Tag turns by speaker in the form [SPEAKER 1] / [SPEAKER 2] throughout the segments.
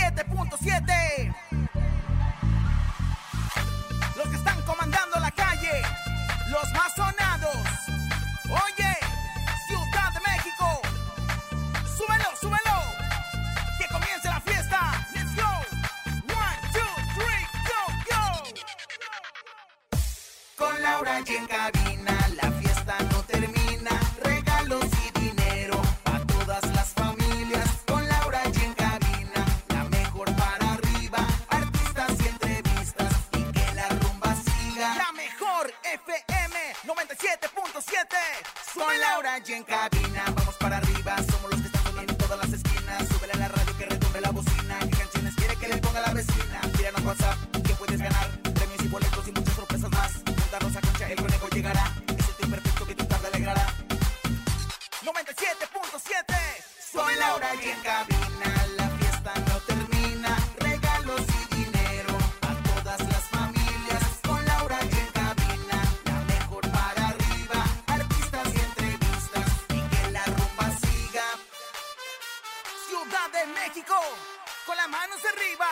[SPEAKER 1] 97.7. Los que están comandando la calle, los más sonados. Oye, Ciudad de México, súbelo, súbelo. Que comience la fiesta. Let's go. One, two, three, go, go. Con Laura y en cabina, la fiesta no termina. Regalos y dinero a todas las familias. Con Laura y en cabina, la mejor para arriba. Artistas y entrevistas y que la rumba siga. La mejor FM 97.7. Soy Laura y en cabina, vamos para arriba. Somos los que están sonando en todas las esquinas. Súbele a la radio que retumbe la bocina. ¿Qué canciones quiere que le ponga la vecina? Tíranos WhatsApp que puedes ganar premios y boletos y muchas sorpresas más. Juntarnos a concha, el conejo llegará. Es el tiempo perfecto que tu tarde alegrará. 97.7 Soy Laura y en cabina La fiesta no termina Regalos y dinero A todas las familias Con Laura y en cabina La mejor para arriba Artistas y entrevistas Y que la rumba siga Ciudad de México Con las manos arriba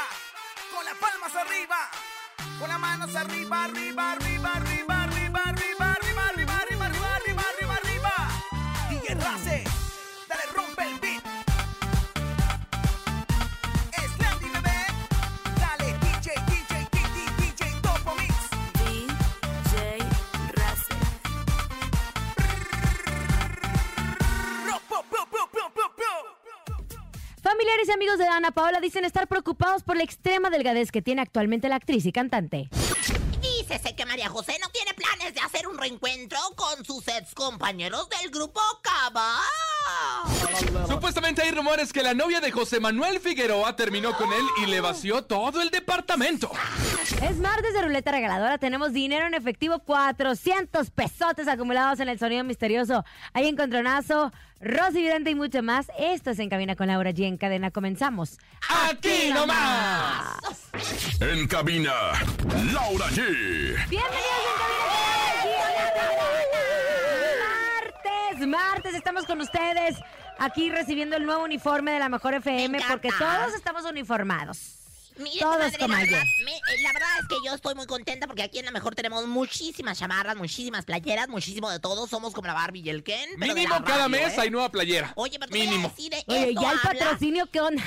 [SPEAKER 1] Con las palmas arriba Con las manos arriba, arriba, arriba, arriba Arriba, arriba, arriba, arriba, arriba, arriba, arriba, arriba, arriba. DJ Race, dale rompe el beat. Es Landy bebé, dale DJ, DJ, DJ, DJ, Topo Mix.
[SPEAKER 2] DJ Race.
[SPEAKER 1] Ro, po, po, po, po, po, po.
[SPEAKER 3] Familiares y amigos de Dana Paola dicen estar preocupados por la extrema delgadez que tiene actualmente la actriz y cantante.
[SPEAKER 4] Dícese que María José no tiene planes de hacer un reencuentro con sus ex compañeros del grupo Cava.
[SPEAKER 5] Supuestamente hay rumores que la novia de José Manuel Figueroa terminó con él y
[SPEAKER 4] Ah.
[SPEAKER 5] le vació todo el departamento.
[SPEAKER 3] Es martes de ruleta regaladora, tenemos dinero en efectivo, 400 pesotes acumulados en el sonido misterioso. Hay encontronazo, Rosy Vidente y mucho más. Esto es En Cabina con Laura G. En cadena comenzamos.
[SPEAKER 5] ¡Aquí nomás!
[SPEAKER 6] En cabina, Laura G.
[SPEAKER 3] Bienvenidos en Cabina con Laura G. Martes, martes, estamos con ustedes aquí recibiendo el nuevo uniforme de la Mejor FM
[SPEAKER 4] Me encanta.
[SPEAKER 3] porque todos estamos uniformados.
[SPEAKER 4] Mire,
[SPEAKER 3] Todo es
[SPEAKER 4] comadre,
[SPEAKER 3] como
[SPEAKER 4] la, verdad,
[SPEAKER 3] ayer.
[SPEAKER 4] me- eh, la verdad es que yo estoy muy contenta porque aquí en la mejor tenemos muchísimas chamarras, muchísimas playeras, muchísimo de todo. Somos como la Barbie y el Ken. pero de la
[SPEAKER 5] Mínimo cada
[SPEAKER 4] radio,
[SPEAKER 5] mes
[SPEAKER 4] ¿eh?
[SPEAKER 5] hay nueva playera.
[SPEAKER 4] Oye, pero te voy a
[SPEAKER 5] Mínimo.
[SPEAKER 4] decir, eh,
[SPEAKER 3] Oye,
[SPEAKER 4] esto
[SPEAKER 3] ya el
[SPEAKER 4] habla- Eh.
[SPEAKER 3] patrocinio, ¿qué onda?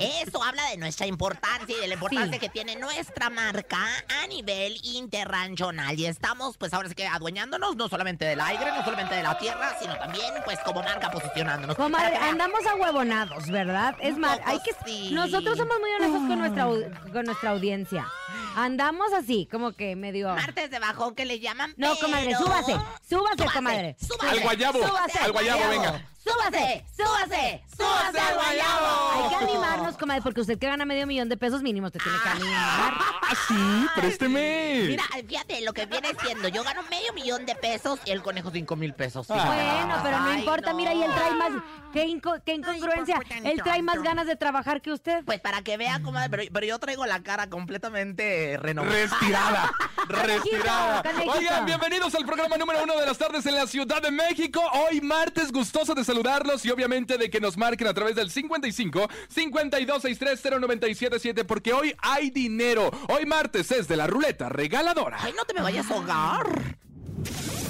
[SPEAKER 4] Eso habla de nuestra importancia y de la importancia
[SPEAKER 3] Sí.
[SPEAKER 4] que tiene nuestra marca a nivel internacional. Y estamos, pues ahora sí que adueñándonos no solamente del aire, no solamente de la tierra, sino también, pues como marca posicionándonos.
[SPEAKER 3] Comadre,
[SPEAKER 4] Para que-
[SPEAKER 3] andamos ahuevonados, ¿verdad? Es más,
[SPEAKER 4] poco
[SPEAKER 3] hay que
[SPEAKER 4] sí.
[SPEAKER 3] nosotros somos muy honestos con nuestra au- con nuestra audiencia. Andamos así, como que medio
[SPEAKER 4] Martes de bajón que le llaman.
[SPEAKER 3] No, comadre,
[SPEAKER 4] pero-
[SPEAKER 3] súbase, súbase, comadre.
[SPEAKER 4] Súbase,
[SPEAKER 5] Al guayabo,
[SPEAKER 4] súbase
[SPEAKER 5] al guayabo, venga.
[SPEAKER 3] Súbase, súbase, súbase al
[SPEAKER 4] guayabo.
[SPEAKER 3] hay que animarnos, comadre, porque usted que gana medio millón de pesos mínimo te tiene que animar.
[SPEAKER 5] Ah, sí, présteme.
[SPEAKER 4] Mira, fíjate lo que viene siendo. Yo gano medio millón de pesos y el conejo cinco mil pesos.
[SPEAKER 5] Ah.
[SPEAKER 3] Bueno, pero no
[SPEAKER 4] Ay,
[SPEAKER 3] importa,
[SPEAKER 4] no.
[SPEAKER 3] mira, y él trae más, qué, inco- qué incongruencia, él trae más ganas de trabajar que usted.
[SPEAKER 4] Pues para que vea, comadre, pero, pero yo traigo la cara completamente renovada.
[SPEAKER 5] Respirada, respirada.
[SPEAKER 3] Conejito, conejito.
[SPEAKER 5] Oigan, bienvenidos al programa número uno de las tardes en la Ciudad de México. Hoy martes, gustoso de saludarlos y obviamente de que nos marquen a través del 55 52630977 porque hoy hay dinero. Hoy martes es de la ruleta regaladora.
[SPEAKER 4] Ay, no te me vayas a ahogar.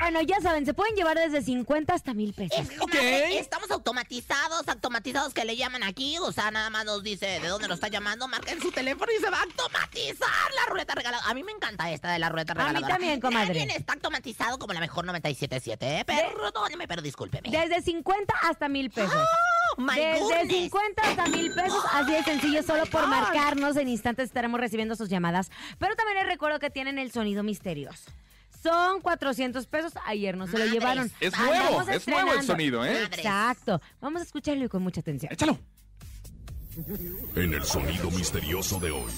[SPEAKER 3] Bueno, ya saben, se pueden llevar desde 50 hasta mil pesos.
[SPEAKER 4] Es que, comadre, Estamos automatizados, automatizados que le llaman aquí. O sea, nada más nos dice de dónde nos está llamando, marca en su teléfono y se va a automatizar la ruleta regalada. A mí me encanta esta de la ruleta
[SPEAKER 3] mí
[SPEAKER 4] regalada.
[SPEAKER 3] también, comadre.
[SPEAKER 4] También está automatizado como la mejor 977, ¿eh? Perdóneme, pero discúlpeme.
[SPEAKER 3] Desde 50 hasta mil pesos.
[SPEAKER 4] Oh, my
[SPEAKER 3] Desde
[SPEAKER 4] goodness.
[SPEAKER 3] 50 hasta mil pesos, así de sencillo, solo por marcarnos. En instantes estaremos recibiendo sus llamadas. Pero también les recuerdo que tienen el sonido misterioso. Son 400 pesos, ayer no se lo
[SPEAKER 4] Madres.
[SPEAKER 3] llevaron.
[SPEAKER 5] Es
[SPEAKER 3] Andamos
[SPEAKER 5] nuevo, es nuevo el
[SPEAKER 3] estrenando. Pues,
[SPEAKER 5] sonido, ¿eh?
[SPEAKER 4] Madres.
[SPEAKER 3] Exacto. Vamos a escucharlo y con mucha atención.
[SPEAKER 5] Échalo.
[SPEAKER 6] En el sonido misterioso de hoy.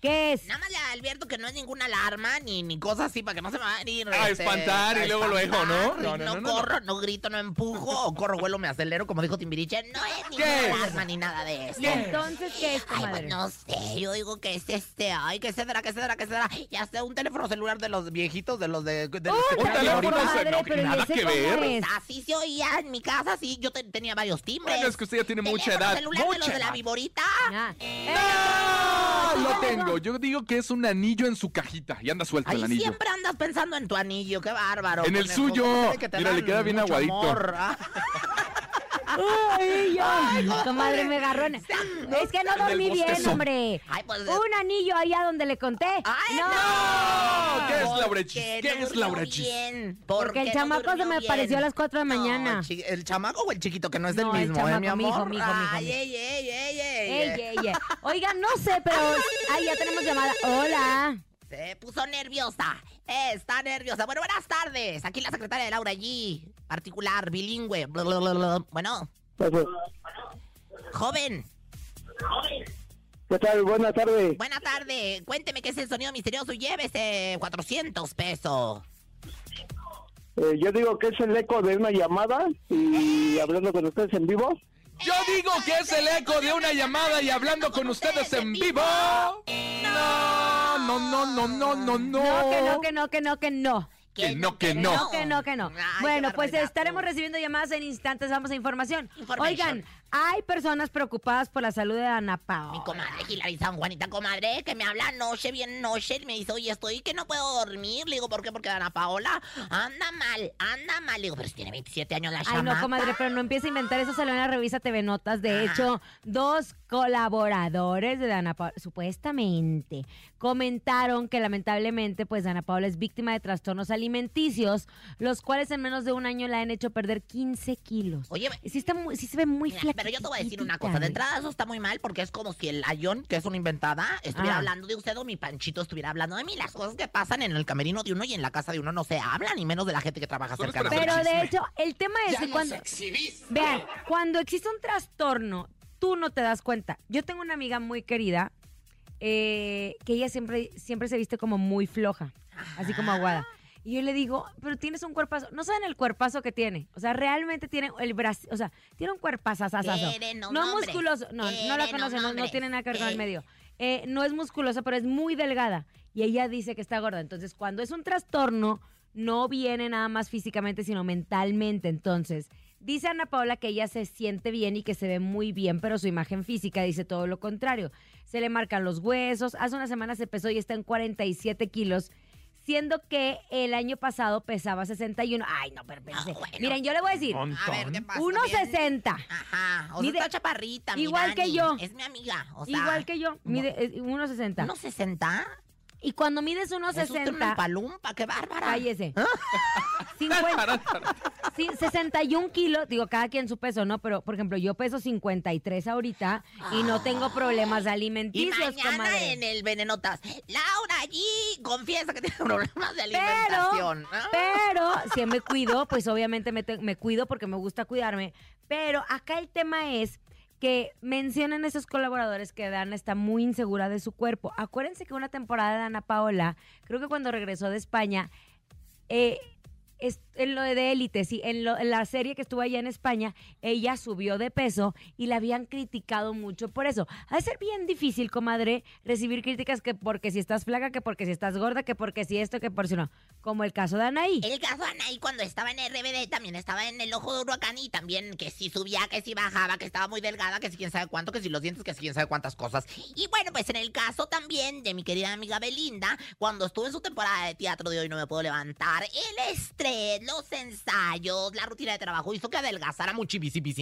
[SPEAKER 3] ¿Qué es?
[SPEAKER 4] Nada más le advierto que no es ninguna alarma ni, ni cosas así para que no se me vayan a ir.
[SPEAKER 5] A Ah, espantar y luego lo dejo, ¿no?
[SPEAKER 4] y
[SPEAKER 5] No,
[SPEAKER 4] No,
[SPEAKER 5] no, no, no,
[SPEAKER 4] corro, no. grito, no empujo, o corro, vuelo, me acelero, como dijo Timbiriche. No es ninguna
[SPEAKER 5] ¿Qué es?
[SPEAKER 4] alarma ni nada de eso.
[SPEAKER 3] ¿Y entonces qué es,
[SPEAKER 4] Ay,
[SPEAKER 3] comadre?
[SPEAKER 4] pues no sé, yo digo que es este, ay, que será, que será, que será. Ya sé, un teléfono celular de los viejitos, de los de... de los que
[SPEAKER 5] Un
[SPEAKER 4] traen
[SPEAKER 5] teléfono
[SPEAKER 4] ahorita.
[SPEAKER 5] se- no,
[SPEAKER 3] pero ni
[SPEAKER 5] nada
[SPEAKER 3] sé
[SPEAKER 5] que
[SPEAKER 3] cómo
[SPEAKER 5] ver.
[SPEAKER 3] es.
[SPEAKER 4] Así se oía en mi casa, sí, yo te- tenía varios timbres.
[SPEAKER 5] Bueno, es que usted ya tiene mucha
[SPEAKER 4] Teléfono
[SPEAKER 5] edad.
[SPEAKER 4] celular de los
[SPEAKER 5] ¡Mucha
[SPEAKER 4] de la
[SPEAKER 5] edad!
[SPEAKER 4] viborita.
[SPEAKER 3] Ah.
[SPEAKER 5] ¡Ah!
[SPEAKER 3] Ay,
[SPEAKER 5] Lo
[SPEAKER 3] ya
[SPEAKER 5] tengo.
[SPEAKER 3] llegó.
[SPEAKER 5] Yo digo que es un anillo en su cajita y anda suelto
[SPEAKER 4] Ahí
[SPEAKER 5] el anillo.
[SPEAKER 4] siempre andas pensando en tu anillo, qué bárbaro.
[SPEAKER 5] En el
[SPEAKER 4] conejo.
[SPEAKER 5] suyo.
[SPEAKER 4] ¿Cómo se ve que te
[SPEAKER 5] Mira, le
[SPEAKER 4] dan
[SPEAKER 5] queda bien
[SPEAKER 4] mucho
[SPEAKER 5] aguadito.
[SPEAKER 4] amor, ah?
[SPEAKER 3] Ay, yo. Comadre, me agarró. en- Es que no
[SPEAKER 5] en el
[SPEAKER 3] dormí bien,
[SPEAKER 5] bostezo.
[SPEAKER 3] hombre.
[SPEAKER 4] Ay, pues, es-
[SPEAKER 3] Un anillo allá donde le conté.
[SPEAKER 4] Ay,
[SPEAKER 3] no.
[SPEAKER 5] ¡No! ¿Qué es Laura Chis?
[SPEAKER 4] Porque
[SPEAKER 5] ¿Qué
[SPEAKER 4] no
[SPEAKER 5] es Laura
[SPEAKER 4] durmió
[SPEAKER 5] Chis?
[SPEAKER 4] bien,
[SPEAKER 3] Porque el chamaco se me
[SPEAKER 4] durmió
[SPEAKER 3] apareció a las cuatro de la
[SPEAKER 4] No,
[SPEAKER 3] mañana.
[SPEAKER 4] chi- ¿El chamaco o el chiquito? Que no es del
[SPEAKER 3] No, el
[SPEAKER 4] mismo, ¿eh,
[SPEAKER 3] chamaco,
[SPEAKER 4] mi
[SPEAKER 3] mijo,
[SPEAKER 4] amor?
[SPEAKER 3] mijo, mijo,
[SPEAKER 4] Ay,
[SPEAKER 3] mijo.
[SPEAKER 4] ey, ey, ey, ey,
[SPEAKER 3] Ey,
[SPEAKER 4] ey.
[SPEAKER 3] ey, ey. Oiga, no sé, pero. Ay, ya tenemos llamada. Hola.
[SPEAKER 4] Se puso nerviosa. Eh, está nerviosa. Bueno, buenas tardes. Aquí la secretaria de Laura G. Particular, bilingüe. bla, bla, bla, bla. Bueno,
[SPEAKER 7] Gracias.
[SPEAKER 4] joven,
[SPEAKER 7] ¿Qué tal? Buenas tardes.
[SPEAKER 4] buena tarde. Cuénteme qué es el sonido misterioso y llévese 400 pesos.
[SPEAKER 7] Eh, yo digo que es el eco de una llamada y hablando con ustedes en vivo.
[SPEAKER 5] Yo digo que es el eco de una llamada y hablando con ustedes en vivo. No, no, no, no, no, no, no.
[SPEAKER 3] No, que no, que no, que no, que no.
[SPEAKER 5] Que no, que
[SPEAKER 3] Que
[SPEAKER 5] no.
[SPEAKER 3] no, que no, que no.
[SPEAKER 4] Ay, qué
[SPEAKER 3] bueno, pues
[SPEAKER 4] barbaridad.
[SPEAKER 3] estaremos recibiendo llamadas en instantes. Vamos a información.
[SPEAKER 4] Information.
[SPEAKER 3] Oigan, hay personas preocupadas por la salud de Ana
[SPEAKER 4] Mi
[SPEAKER 3] Paola.
[SPEAKER 4] comadre Hilary San Juanita, comadre, que me habla noche, bien noche, y me dice, oye, estoy que no puedo dormir. Le digo, ¿por qué? Porque Ana Paola anda mal, anda mal. Le digo, pero si tiene 27 años la
[SPEAKER 3] Ay,
[SPEAKER 4] chamaca.
[SPEAKER 3] no, comadre, pero no empieza a inventar eso. Salió en la revista TV Notas. De hecho, dos colaboradores de Dana Paola, supuestamente, comentaron que lamentablemente, pues Dana Paola es víctima de trastornos alimenticios, los cuales en menos de un año la han hecho perder 15 kilos.
[SPEAKER 4] Oye,
[SPEAKER 3] Sí, está muy- sí se ve muy
[SPEAKER 4] Mira, pero yo te voy a decir una cosa. De
[SPEAKER 3] flaquitita,
[SPEAKER 4] entrada, eso está muy mal porque es como si el ayón, que es una inventada, estuviera
[SPEAKER 3] Ah.
[SPEAKER 4] hablando de usted o mi panchito estuviera hablando de mí. Las cosas que pasan en el camerino de uno y en la casa de uno no se hablan, y menos de la gente que trabaja
[SPEAKER 5] Solo es
[SPEAKER 4] cerca de
[SPEAKER 5] para
[SPEAKER 3] güey.
[SPEAKER 4] uno.
[SPEAKER 3] Pero
[SPEAKER 5] el
[SPEAKER 3] de
[SPEAKER 5] chisme.
[SPEAKER 3] hecho, el tema es que cuando... Vean, cuando existe un trastorno, tú no te das cuenta. Yo tengo una amiga muy querida eh, que ella siempre, siempre se viste como muy floja, así como aguada. Y yo le digo, pero tienes un cuerpazo. No saben el cuerpazo que tiene. O sea, realmente tiene el brazo. O sea, tiene un cuerpazo.
[SPEAKER 4] Eres
[SPEAKER 3] No
[SPEAKER 4] un hombre.
[SPEAKER 3] musculoso. No, no la
[SPEAKER 4] Eres un
[SPEAKER 3] conocen. No, no
[SPEAKER 4] hombre.
[SPEAKER 3] tiene nada que ver con el
[SPEAKER 4] Ey.
[SPEAKER 3] medio. Eh, no es musculosa, pero es muy delgada. Y ella dice que está gorda. Entonces, cuando es un trastorno, no viene nada más físicamente, sino mentalmente. Entonces, dice Ana Paula que ella se siente bien y que se ve muy bien, pero su imagen física dice todo lo contrario. Se le marcan los huesos. Hace una semana se pesó y está en 47 kilos. Siendo que el año pasado pesaba 61. Ay, no, pero pensé.
[SPEAKER 4] Ah, bueno.
[SPEAKER 3] Miren, yo le voy a decir,
[SPEAKER 4] A ver, ¿qué pasa? Bien. Ah,
[SPEAKER 3] 1.60.
[SPEAKER 4] Ajá. O sea,
[SPEAKER 3] Mide-
[SPEAKER 4] está chaparrita, mi
[SPEAKER 3] igual que
[SPEAKER 4] Dani.
[SPEAKER 3] yo.
[SPEAKER 4] Es mi amiga. O sea,
[SPEAKER 3] Igual que yo, mide eh, 1.60.
[SPEAKER 4] ¿Unos 60?
[SPEAKER 3] Y cuando mides
[SPEAKER 4] Es usted una
[SPEAKER 3] 1.60,
[SPEAKER 4] palumpa, qué bárbara.
[SPEAKER 3] cállese.
[SPEAKER 4] Ah.
[SPEAKER 3] 50, sí, 61 kilos, digo, cada quien su peso, ¿no? Pero, por ejemplo, yo peso 53 ahorita y no tengo problemas
[SPEAKER 4] Y
[SPEAKER 3] alimenticios,
[SPEAKER 4] mañana
[SPEAKER 3] comadre.
[SPEAKER 4] en el Venenotas, Laura G confiesa que tiene problemas de
[SPEAKER 3] Pero,
[SPEAKER 4] alimentación. Ah.
[SPEAKER 3] pero, si me cuido, pues obviamente me, te- me cuido porque me gusta cuidarme. Pero acá el tema es que mencionan esos colaboradores que Dana está muy insegura de su cuerpo. Acuérdense que una temporada de Ana Paola, creo que cuando regresó de España, eh, es- en lo de élite, sí, en, lo- en la serie que estuvo allá en España, ella subió de peso y la habían criticado mucho por eso. Ha de ser bien difícil, comadre, recibir críticas que porque si estás flaca, que porque si estás gorda, que porque si esto, que por si no. Como el caso de Anaí.
[SPEAKER 4] El caso de Anaí cuando estaba en RBD también estaba en el ojo de huracán y también que si subía, que si bajaba, que estaba muy delgada, que si quién sabe cuánto, que si los dientes, que si quién sabe cuántas cosas. Y bueno, pues en el caso también de mi querida amiga Belinda, cuando estuvo en su temporada de teatro de hoy no me puedo levantar, el estrés, los ensayos, la rutina de trabajo hizo que adelgazara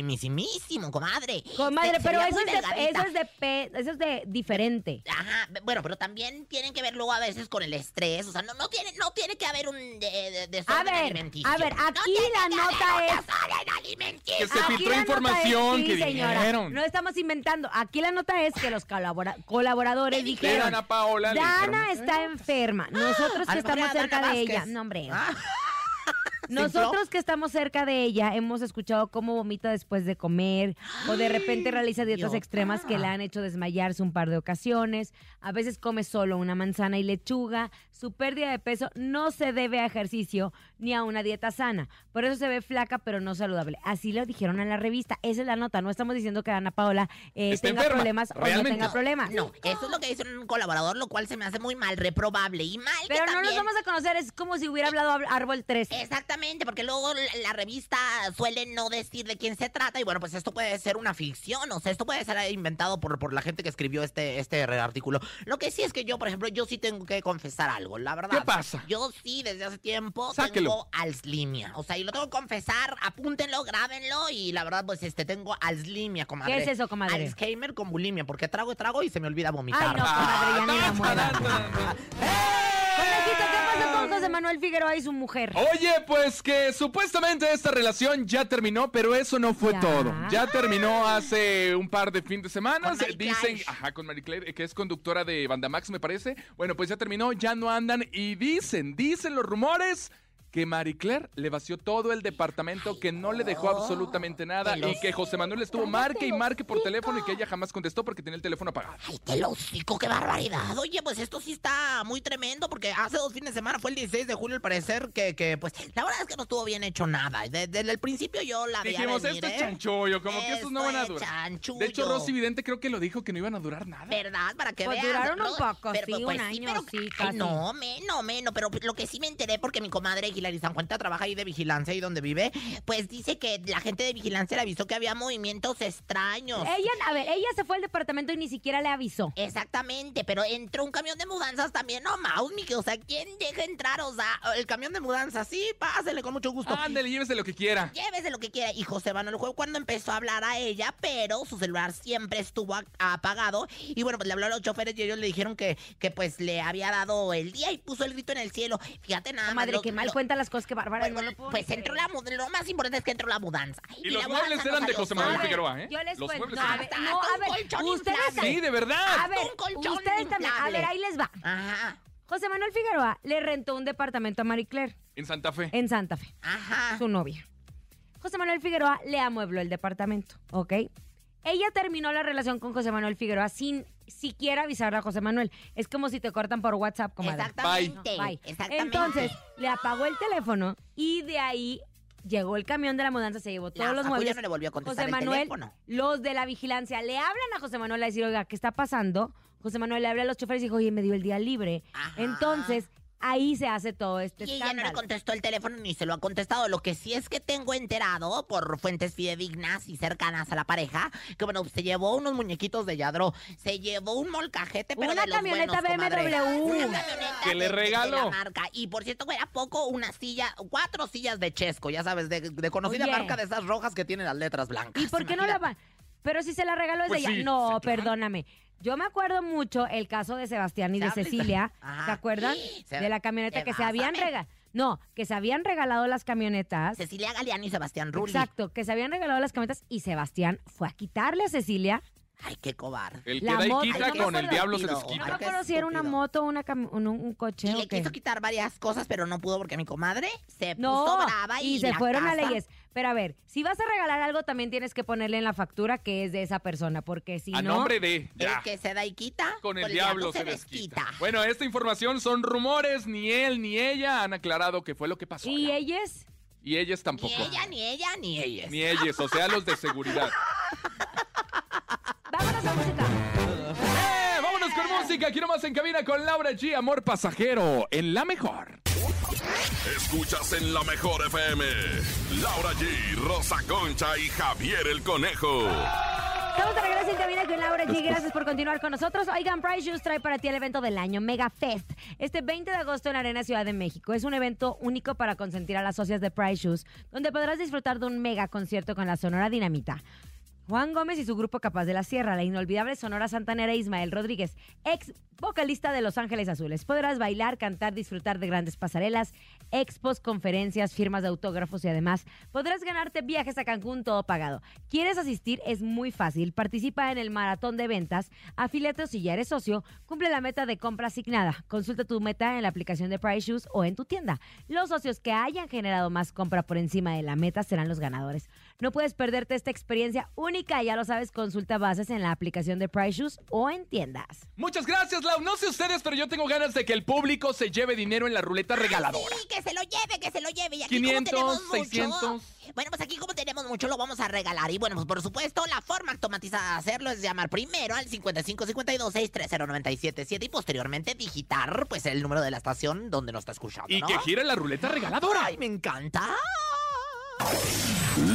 [SPEAKER 4] muchísimo, comadre.
[SPEAKER 3] Comadre,
[SPEAKER 4] Se- se
[SPEAKER 3] pero
[SPEAKER 4] veía
[SPEAKER 3] eso
[SPEAKER 4] muy
[SPEAKER 3] es, de,
[SPEAKER 4] delgadita.
[SPEAKER 3] eso es de pe- eso es de diferente.
[SPEAKER 4] Ajá, be- bueno, pero también tienen que ver luego a veces con el estrés, o sea, no, no, tiene, no tiene que haber un de,
[SPEAKER 3] A
[SPEAKER 4] de- desorden
[SPEAKER 3] ver,
[SPEAKER 4] alimenticio.
[SPEAKER 3] a ver, aquí
[SPEAKER 4] tiene
[SPEAKER 3] la
[SPEAKER 4] que
[SPEAKER 3] nota
[SPEAKER 4] haber un
[SPEAKER 3] es
[SPEAKER 4] desorden alimenticio.
[SPEAKER 5] Que se
[SPEAKER 3] Aquí
[SPEAKER 5] filtró
[SPEAKER 3] la nota
[SPEAKER 5] información
[SPEAKER 3] es- sí,
[SPEAKER 5] que
[SPEAKER 3] señora,
[SPEAKER 5] dijeron.
[SPEAKER 3] No estamos inventando. Aquí la nota es que los colabora- colaboradores
[SPEAKER 5] De Ah,
[SPEAKER 3] dijeron.
[SPEAKER 5] Ana Paola. le dijeron,
[SPEAKER 3] Dana está enferma. Nosotros
[SPEAKER 4] A
[SPEAKER 3] que
[SPEAKER 4] lo mejor
[SPEAKER 3] estamos
[SPEAKER 4] era
[SPEAKER 3] cerca
[SPEAKER 4] Dana
[SPEAKER 3] de
[SPEAKER 4] Vázquez.
[SPEAKER 3] ella. No, hombre.
[SPEAKER 4] Ah.
[SPEAKER 3] Nosotros que estamos cerca de ella hemos escuchado cómo vomita después de comer o de repente realiza dietas
[SPEAKER 4] Dios.
[SPEAKER 3] extremas que
[SPEAKER 5] Ah.
[SPEAKER 3] la han hecho desmayarse un par de ocasiones. A veces come solo una manzana y lechuga. Su pérdida de peso no se debe a ejercicio ni a una dieta sana. Por eso se ve flaca pero no saludable. Así lo dijeron en la revista. Esa es la nota. No estamos diciendo que Ana Paola eh,
[SPEAKER 5] Está
[SPEAKER 3] tenga
[SPEAKER 5] enferma,
[SPEAKER 3] problemas o no
[SPEAKER 5] realmente.
[SPEAKER 3] tenga problemas.
[SPEAKER 4] Ah, No, eso es lo que dice un colaborador, lo cual se me hace muy mal, reprobable y mal que
[SPEAKER 3] Pero no nos
[SPEAKER 4] también-
[SPEAKER 3] vamos a conocer. Es como si hubiera hablado Ar- Árbol 3.
[SPEAKER 4] Exactamente, porque luego la, la revista suele no decir de quién se trata y bueno, pues esto puede ser una ficción, o sea, esto puede ser inventado por, por la gente que escribió este, este artículo. Lo que sí es que yo, por ejemplo, yo sí tengo que confesar algo, la verdad.
[SPEAKER 5] ¿Qué pasa?
[SPEAKER 4] Yo sí desde hace tiempo
[SPEAKER 5] Sáquelo.
[SPEAKER 4] tengo alslimia, o sea, y lo tengo que confesar, apúntenlo, grábenlo y la verdad, pues este, tengo alslimia, comadre.
[SPEAKER 3] ¿Qué es eso, comadre?
[SPEAKER 4] Alzheimer con bulimia, porque trago y trago y se me olvida
[SPEAKER 3] Ay,
[SPEAKER 4] vomitar.
[SPEAKER 3] no, comadre,
[SPEAKER 5] Ah,
[SPEAKER 3] ya ni la muela. Conejito, ¿qué pasó
[SPEAKER 5] ¡Eh!
[SPEAKER 3] con José Manuel Figueroa y su mujer?
[SPEAKER 4] Oh,
[SPEAKER 5] Oye, pues que supuestamente esta relación ya terminó, pero eso no fue
[SPEAKER 3] Ya.
[SPEAKER 5] todo. Ya terminó hace un par de fin de semana.
[SPEAKER 4] Ah. Con
[SPEAKER 5] Se-
[SPEAKER 4] Mary
[SPEAKER 5] Dicen,
[SPEAKER 4] Clash.
[SPEAKER 5] ajá, con Mary Claire, que es conductora de Bandamax, me parece. Bueno, pues ya terminó, ya no andan. Y dicen, dicen los rumores. Que Marie Claire le vació todo el departamento, que no le dejó absolutamente
[SPEAKER 4] Oh,
[SPEAKER 5] nada y que José Manuel estuvo marque y marque por teléfono y que ella jamás contestó porque tenía el teléfono apagado.
[SPEAKER 4] Ay, te lo hocico, qué barbaridad. Oye, pues esto sí está muy tremendo porque hace dos fines de semana, fue el 16 de julio al parecer, que, que pues la verdad es que no estuvo bien hecho nada. De- Desde el principio yo la veía
[SPEAKER 5] Dijimos,
[SPEAKER 4] venir,
[SPEAKER 5] esto
[SPEAKER 4] ¿eh?
[SPEAKER 5] es chanchullo, como que estos no
[SPEAKER 4] Esto
[SPEAKER 5] van a
[SPEAKER 4] es
[SPEAKER 5] durar.
[SPEAKER 4] chanchullo.
[SPEAKER 5] De hecho, Rosy Vidente creo que lo dijo que no iban a durar nada.
[SPEAKER 4] ¿Verdad? Para que
[SPEAKER 3] Pues
[SPEAKER 4] veas.
[SPEAKER 3] duraron un
[SPEAKER 4] Ro-
[SPEAKER 3] poco,
[SPEAKER 4] pues,
[SPEAKER 3] sí, un año, sí,
[SPEAKER 4] ay,
[SPEAKER 3] casi.
[SPEAKER 4] no, menos, menos. Pero lo que sí me enteré, porque mi comadre Hilary Sanjuanta trabaja ahí de vigilancia y donde vive, pues dice que la gente de vigilancia le avisó que había movimientos extraños.
[SPEAKER 3] Ella, a ver, ella se fue al departamento y ni siquiera le avisó.
[SPEAKER 4] Eh, Exactamente, pero entró un camión de mudanzas también, no Mausmi, que o sea, ¿quién deja entrar? O sea, el camión de mudanzas, sí, pásele con mucho gusto.
[SPEAKER 5] Ándale, llévese lo que quiera.
[SPEAKER 4] Llévese lo que quiera. Y José Manuel fue cuando empezó a hablar a ella, pero su celular siempre estuvo a- apagado. Y bueno, pues le habló a los choferes y ellos le dijeron que, que pues le había dado el día y puso el grito en el cielo. Fíjate nada más.
[SPEAKER 3] Madre,
[SPEAKER 4] lo-
[SPEAKER 3] qué mal
[SPEAKER 4] lo-
[SPEAKER 3] cuenta
[SPEAKER 4] pues,
[SPEAKER 3] las cosas, que bárbara.
[SPEAKER 4] bueno,
[SPEAKER 3] no lo puedo
[SPEAKER 4] pues
[SPEAKER 3] ni
[SPEAKER 4] entró
[SPEAKER 3] creer.
[SPEAKER 4] la mudanza. Lo más importante es que entró la mudanza.
[SPEAKER 5] Y los muebles eran de José Manuel
[SPEAKER 3] A ver,
[SPEAKER 5] Figueroa, ¿eh?
[SPEAKER 3] Yo les
[SPEAKER 5] Los
[SPEAKER 3] cuento.
[SPEAKER 5] muebles
[SPEAKER 3] No, a
[SPEAKER 5] eran-
[SPEAKER 3] ver,
[SPEAKER 4] Hasta
[SPEAKER 3] no, a
[SPEAKER 4] un colchón
[SPEAKER 3] ver, ustedes
[SPEAKER 4] inflable.
[SPEAKER 5] Sí,
[SPEAKER 3] también.
[SPEAKER 5] de verdad.
[SPEAKER 3] A ver,
[SPEAKER 4] Hasta un colchón
[SPEAKER 3] ustedes también. A
[SPEAKER 4] inflable.
[SPEAKER 3] ver, ahí les va.
[SPEAKER 4] Ajá,
[SPEAKER 3] José Manuel Figueroa le rentó un departamento a Marie Claire
[SPEAKER 5] En Santa Fe.
[SPEAKER 3] en Santa Fe,
[SPEAKER 4] ajá.
[SPEAKER 3] su novia. José Manuel Figueroa le amuebló el departamento, ¿ok? Ella terminó la relación con José Manuel Figueroa sin siquiera avisarle a José Manuel. Es como si te cortan por WhatsApp, comadre.
[SPEAKER 4] Exactamente.
[SPEAKER 3] No, bye.
[SPEAKER 4] Exactamente.
[SPEAKER 3] Entonces, le apagó el teléfono y de ahí llegó el camión de la mudanza, se llevó todos
[SPEAKER 4] La
[SPEAKER 3] los
[SPEAKER 4] Facu ya
[SPEAKER 3] muebles.
[SPEAKER 4] no le volvió a
[SPEAKER 3] José
[SPEAKER 4] contestar el
[SPEAKER 3] Manuel,
[SPEAKER 4] teléfono.
[SPEAKER 3] los de la vigilancia le hablan a José Manuel a decir, oiga, ¿qué está pasando? José Manuel le habla a los choferes y dijo, oye, me dio el día libre.
[SPEAKER 4] Ajá.
[SPEAKER 3] Entonces, ahí se hace todo este
[SPEAKER 4] Y ella no le
[SPEAKER 3] escándalo.
[SPEAKER 4] contestó el teléfono ni se lo ha contestado. Lo que sí es que tengo enterado por fuentes fidedignas y cercanas a la pareja que, bueno, se llevó unos muñequitos de Yadro, se llevó un molcajete, pero
[SPEAKER 3] Una
[SPEAKER 4] de los
[SPEAKER 3] camioneta
[SPEAKER 4] buenos, comadre.
[SPEAKER 3] BMW.
[SPEAKER 4] Una camioneta
[SPEAKER 5] Que le
[SPEAKER 4] de- de- de
[SPEAKER 5] regaló.
[SPEAKER 4] la marca. Y por cierto, era poco una silla, cuatro sillas de Chesco, ya sabes, de, de conocida
[SPEAKER 3] Oye.
[SPEAKER 4] marca de esas rojas que tienen las letras blancas.
[SPEAKER 3] ¿Y por qué no la va? Pero si se la regaló desde
[SPEAKER 5] Pues
[SPEAKER 3] ella.
[SPEAKER 5] sí,
[SPEAKER 3] no,
[SPEAKER 5] sí, claro.
[SPEAKER 3] perdóname. Yo me acuerdo mucho el caso de Sebastián y de
[SPEAKER 4] Sables.
[SPEAKER 3] Cecilia.
[SPEAKER 4] Ajá.
[SPEAKER 3] ¿Se acuerdan?
[SPEAKER 4] Se-
[SPEAKER 3] de la camioneta
[SPEAKER 4] te
[SPEAKER 3] que se
[SPEAKER 4] vas a
[SPEAKER 3] habían
[SPEAKER 4] ver.
[SPEAKER 3] regalado. No, que se habían regalado las camionetas.
[SPEAKER 4] Cecilia Galeano y Sebastián Rulli.
[SPEAKER 3] Exacto, que se habían regalado las camionetas y Sebastián fue a quitarle a Cecilia.
[SPEAKER 4] Ay, qué cobarde.
[SPEAKER 5] El que
[SPEAKER 3] La
[SPEAKER 5] da y
[SPEAKER 3] moto.
[SPEAKER 5] quita
[SPEAKER 3] Ay, no,
[SPEAKER 5] con
[SPEAKER 3] no,
[SPEAKER 5] el
[SPEAKER 3] no,
[SPEAKER 5] diablo se
[SPEAKER 4] no,
[SPEAKER 5] desquita.
[SPEAKER 4] no,
[SPEAKER 3] No
[SPEAKER 4] qué
[SPEAKER 3] recuerdo si era una
[SPEAKER 4] estúpido.
[SPEAKER 3] moto una cam- un, un coche
[SPEAKER 4] Y
[SPEAKER 3] o
[SPEAKER 4] le
[SPEAKER 3] qué.
[SPEAKER 4] quiso quitar varias cosas, pero no pudo porque mi comadre se
[SPEAKER 3] No,
[SPEAKER 4] puso brava y,
[SPEAKER 3] y se
[SPEAKER 4] la
[SPEAKER 3] fueron a
[SPEAKER 4] casa-
[SPEAKER 3] leyes. Pero a ver, si vas a regalar algo, también tienes que ponerle en la factura que es de esa persona, porque si
[SPEAKER 5] A
[SPEAKER 3] no...
[SPEAKER 5] nombre de.
[SPEAKER 4] El
[SPEAKER 5] ya.
[SPEAKER 4] que se da y quita,
[SPEAKER 5] Con el
[SPEAKER 4] pues
[SPEAKER 5] diablo se desquita. Bueno, esta información son rumores. Ni él ni ella han aclarado qué fue lo que pasó.
[SPEAKER 3] ¿Y ellas?
[SPEAKER 5] Y ellas tampoco.
[SPEAKER 4] Ni ella, ni ella, ni ella.
[SPEAKER 5] Ni ellas, o sea, los de seguridad.
[SPEAKER 3] Vámonos a música.
[SPEAKER 5] ¡Eh! Vámonos con música. Aquí nomás en cabina con Laura G. Amor pasajero. En la mejor.
[SPEAKER 6] Escuchas en la mejor FM. Laura G, Rosa Concha y Javier el Conejo.
[SPEAKER 3] Estamos de regreso en cabina con Laura G. Gracias por continuar con nosotros. Oigan, Price Shoes trae para ti el evento del año, Mega Fest, este 20 de agosto en la Arena Ciudad de México. Es un evento único para consentir a las socias de Price Shoes, donde podrás disfrutar de un mega concierto con la Sonora Dinamita. Juan Gómez y su grupo Capaz de la Sierra, la inolvidable Sonora Santanera e Ismael Rodríguez, ex vocalista de Los Ángeles Azules. Podrás bailar, cantar, disfrutar de grandes pasarelas, expos, conferencias, firmas de autógrafos y además podrás ganarte viajes a Cancún todo pagado. ¿Quieres asistir? Es muy fácil. Participa en el maratón de ventas, afíliate o si ya eres socio, cumple la meta de compra asignada. Consulta tu meta en la aplicación de Price Shoes o en tu tienda. Los socios que hayan generado más compra por encima de la meta serán los ganadores. No puedes perderte esta experiencia única, ya lo sabes, consulta bases en la aplicación de Price Shoes o en tiendas.
[SPEAKER 5] Muchas gracias, Lau. No sé ustedes, pero yo tengo ganas de que el público se lleve dinero en la ruleta regaladora.
[SPEAKER 4] Sí, que se lo lleve, que se lo lleve. Y aquí
[SPEAKER 5] 500,
[SPEAKER 4] como tenemos mucho,
[SPEAKER 5] 600.
[SPEAKER 4] Bueno, pues aquí como tenemos mucho, lo vamos a regalar. Y bueno, pues por supuesto, la forma automatizada de hacerlo es llamar primero al 5552-630977 y posteriormente digitar, pues, el número de la estación donde nos está escuchando,
[SPEAKER 5] Y
[SPEAKER 4] ¿no?
[SPEAKER 5] que gire la ruleta regaladora.
[SPEAKER 4] ¡Ay, me encanta!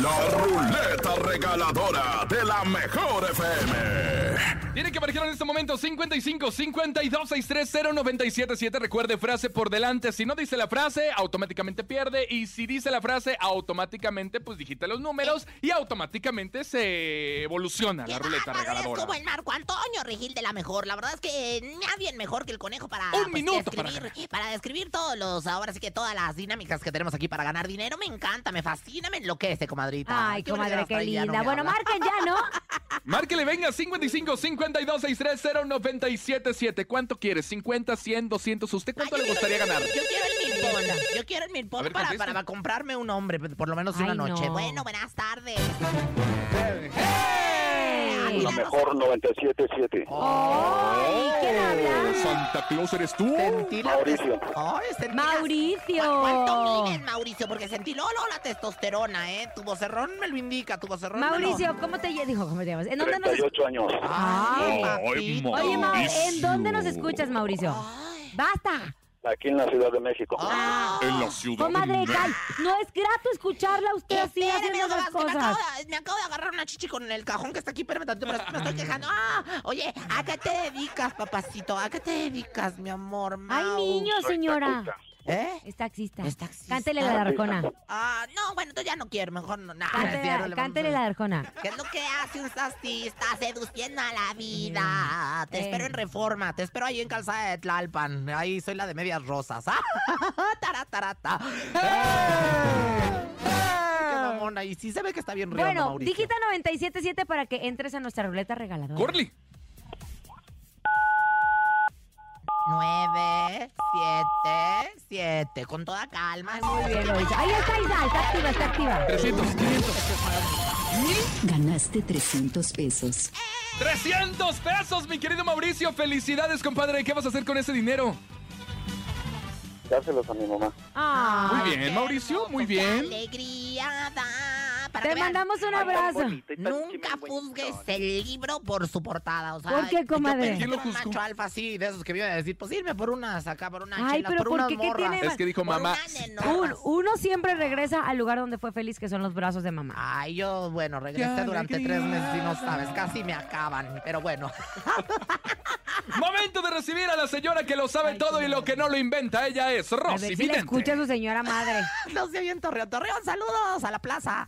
[SPEAKER 6] La ruleta regaladora de la mejor FM.
[SPEAKER 5] Tiene que marcar en este momento 55 52 630 977. Recuerde frase por delante. Si no dice la frase, automáticamente pierde. Y si dice la frase, automáticamente pues digita los números y automáticamente se evoluciona
[SPEAKER 4] ¡Qué
[SPEAKER 5] la ruleta
[SPEAKER 4] bárbaro! Eres
[SPEAKER 5] regaladora.
[SPEAKER 4] como el Marco Antonio Regil de la mejor. La verdad es que eh, nadie mejor que el conejo para, pues,
[SPEAKER 5] Un minuto para
[SPEAKER 4] describir, para, describir todos los, ahora sí que todas las dinámicas que tenemos aquí para ganar dinero. Me encanta, me fascina, me enloquece, comadrita.
[SPEAKER 3] Ay,
[SPEAKER 4] Qué bueno que
[SPEAKER 3] comadre,
[SPEAKER 4] hasta
[SPEAKER 3] qué
[SPEAKER 4] ahí ya no
[SPEAKER 3] linda.
[SPEAKER 4] me
[SPEAKER 3] Bueno,
[SPEAKER 4] habla.
[SPEAKER 3] marquen ya, ¿no?
[SPEAKER 5] Márquele, venga, 55 52 630 977. ¿Cuánto quieres? 50, 100, 200. ¿Usted cuánto
[SPEAKER 4] Ay,
[SPEAKER 5] le
[SPEAKER 4] yo-
[SPEAKER 5] gustaría ganar?
[SPEAKER 4] Yo quiero el milpón. Yo quiero el
[SPEAKER 5] A
[SPEAKER 4] milpón
[SPEAKER 5] ver,
[SPEAKER 4] para,
[SPEAKER 5] contesta.
[SPEAKER 4] para comprarme un hombre, por lo menos una
[SPEAKER 3] Ay, no.
[SPEAKER 4] noche. Bueno, buenas tardes.
[SPEAKER 3] ¡Ey!
[SPEAKER 7] La mejor 977.
[SPEAKER 3] Oh, ¡Ay! ¿Quién
[SPEAKER 5] Oh,
[SPEAKER 3] habla?
[SPEAKER 5] ¿Santa Claus eres tú?
[SPEAKER 8] Sentí la
[SPEAKER 7] Mauricio.
[SPEAKER 4] Ay, sentí la-
[SPEAKER 3] ¡Mauricio!
[SPEAKER 4] ¿Cu- ¿Cuánto mides, Mauricio? Porque sentí lolo la testosterona, ¿eh? Tu vocerrón me lo indica, tu vocerrón. me lo-
[SPEAKER 3] Mauricio, ¿cómo te lle- dijo? ¿Cómo te llamas? ¿En dónde nos
[SPEAKER 7] 38 años.
[SPEAKER 4] Ah. Ay,
[SPEAKER 5] Ay,
[SPEAKER 4] papito.
[SPEAKER 3] Oye, Mau, ¿en dónde nos escuchas, Mauricio?
[SPEAKER 4] Ay.
[SPEAKER 3] ¡Basta!
[SPEAKER 7] Aquí en la Ciudad de México.
[SPEAKER 4] Ah.
[SPEAKER 5] En la ciudad.
[SPEAKER 3] Comadre, cal, no es grato escucharla a usted así
[SPEAKER 4] Espérame,
[SPEAKER 3] haciendo
[SPEAKER 4] nomás,
[SPEAKER 3] esas
[SPEAKER 4] que me, acabo
[SPEAKER 3] cosas.
[SPEAKER 4] de, me acabo de agarrar una chichi con el cajón que está aquí, espérame tantito, pero me estoy quejando. Ah, oye, ¿a qué te dedicas, papacito? ¿A qué te dedicas, mi amor,
[SPEAKER 3] ¡Ay,
[SPEAKER 4] Mau?
[SPEAKER 3] niño, señora!
[SPEAKER 4] ¿Eh?
[SPEAKER 3] Es taxista.
[SPEAKER 4] Es taxista.
[SPEAKER 3] Cántele la de Arjona.
[SPEAKER 4] Ah, no, bueno, entonces ya no quiero, mejor no. Nada,
[SPEAKER 3] Cántele,
[SPEAKER 4] ya no
[SPEAKER 3] la-
[SPEAKER 4] le vamos a-
[SPEAKER 3] cántele la de Arjona.
[SPEAKER 4] ¿Qué es lo que hace un taxista seduciendo a la vida? Te
[SPEAKER 3] Eh.
[SPEAKER 4] espero en Reforma, te espero ahí en Calzada de Tlalpan. Ahí soy la de medias rosas. ¡Ah! ¡Taratarata! ¡Qué mamona! Y sí se ve que está bien riendo,
[SPEAKER 3] Bueno,
[SPEAKER 4] Mauricio.
[SPEAKER 3] digita 977 para que entres a nuestra ruleta regaladora.
[SPEAKER 5] Corley.
[SPEAKER 4] Nueve, siete, siete. Con toda calma.
[SPEAKER 3] Muy bien, lo hizo. Ahí está Isa, está activa, está activa.
[SPEAKER 5] 300, 500.
[SPEAKER 9] Ganaste 300 pesos.
[SPEAKER 5] 300 pesos, mi querido Mauricio. Felicidades, compadre. ¿Qué vas a hacer con ese dinero?
[SPEAKER 7] Dáselos a mi mamá.
[SPEAKER 3] Ah,
[SPEAKER 5] Muy bien,
[SPEAKER 4] qué
[SPEAKER 5] Mauricio, muy
[SPEAKER 4] hermoso, qué
[SPEAKER 5] bien.
[SPEAKER 4] alegría da. Para
[SPEAKER 3] te
[SPEAKER 4] que vean,
[SPEAKER 3] mandamos un abrazo.
[SPEAKER 4] Nunca juzgues el libro por su portada, o sea...
[SPEAKER 3] ¿Por qué,
[SPEAKER 4] yo
[SPEAKER 3] comadre?
[SPEAKER 4] pensé
[SPEAKER 5] ¿Quién lo
[SPEAKER 4] que era un
[SPEAKER 5] juzgó?
[SPEAKER 4] macho alfa así, de esos que vienen a decir, pues irme por unas acá, por unas
[SPEAKER 3] Ay,
[SPEAKER 4] chelas,
[SPEAKER 3] pero
[SPEAKER 4] por,
[SPEAKER 3] ¿por
[SPEAKER 4] unas
[SPEAKER 3] qué? ¿Qué
[SPEAKER 4] morras.
[SPEAKER 3] tiene
[SPEAKER 5] Es que dijo
[SPEAKER 4] Por
[SPEAKER 5] mamá.
[SPEAKER 4] unas
[SPEAKER 3] Un-
[SPEAKER 4] enormes.
[SPEAKER 3] uno siempre regresa al lugar donde fue feliz, que son los brazos de mamá.
[SPEAKER 4] Ay, yo, bueno, regresé
[SPEAKER 5] Qué
[SPEAKER 4] durante
[SPEAKER 5] alegría.
[SPEAKER 4] tres meses y no sabes, casi me acaban, pero bueno.
[SPEAKER 5] Momento de recibir a la señora que lo sabe todo y lo que no lo inventa. Ella es
[SPEAKER 3] A
[SPEAKER 4] Ah,
[SPEAKER 5] Rosy
[SPEAKER 3] ver si la
[SPEAKER 5] Vidente.
[SPEAKER 3] escucha su señora madre.
[SPEAKER 4] No sé bien, Torreón, Torreón, saludos a la plaza.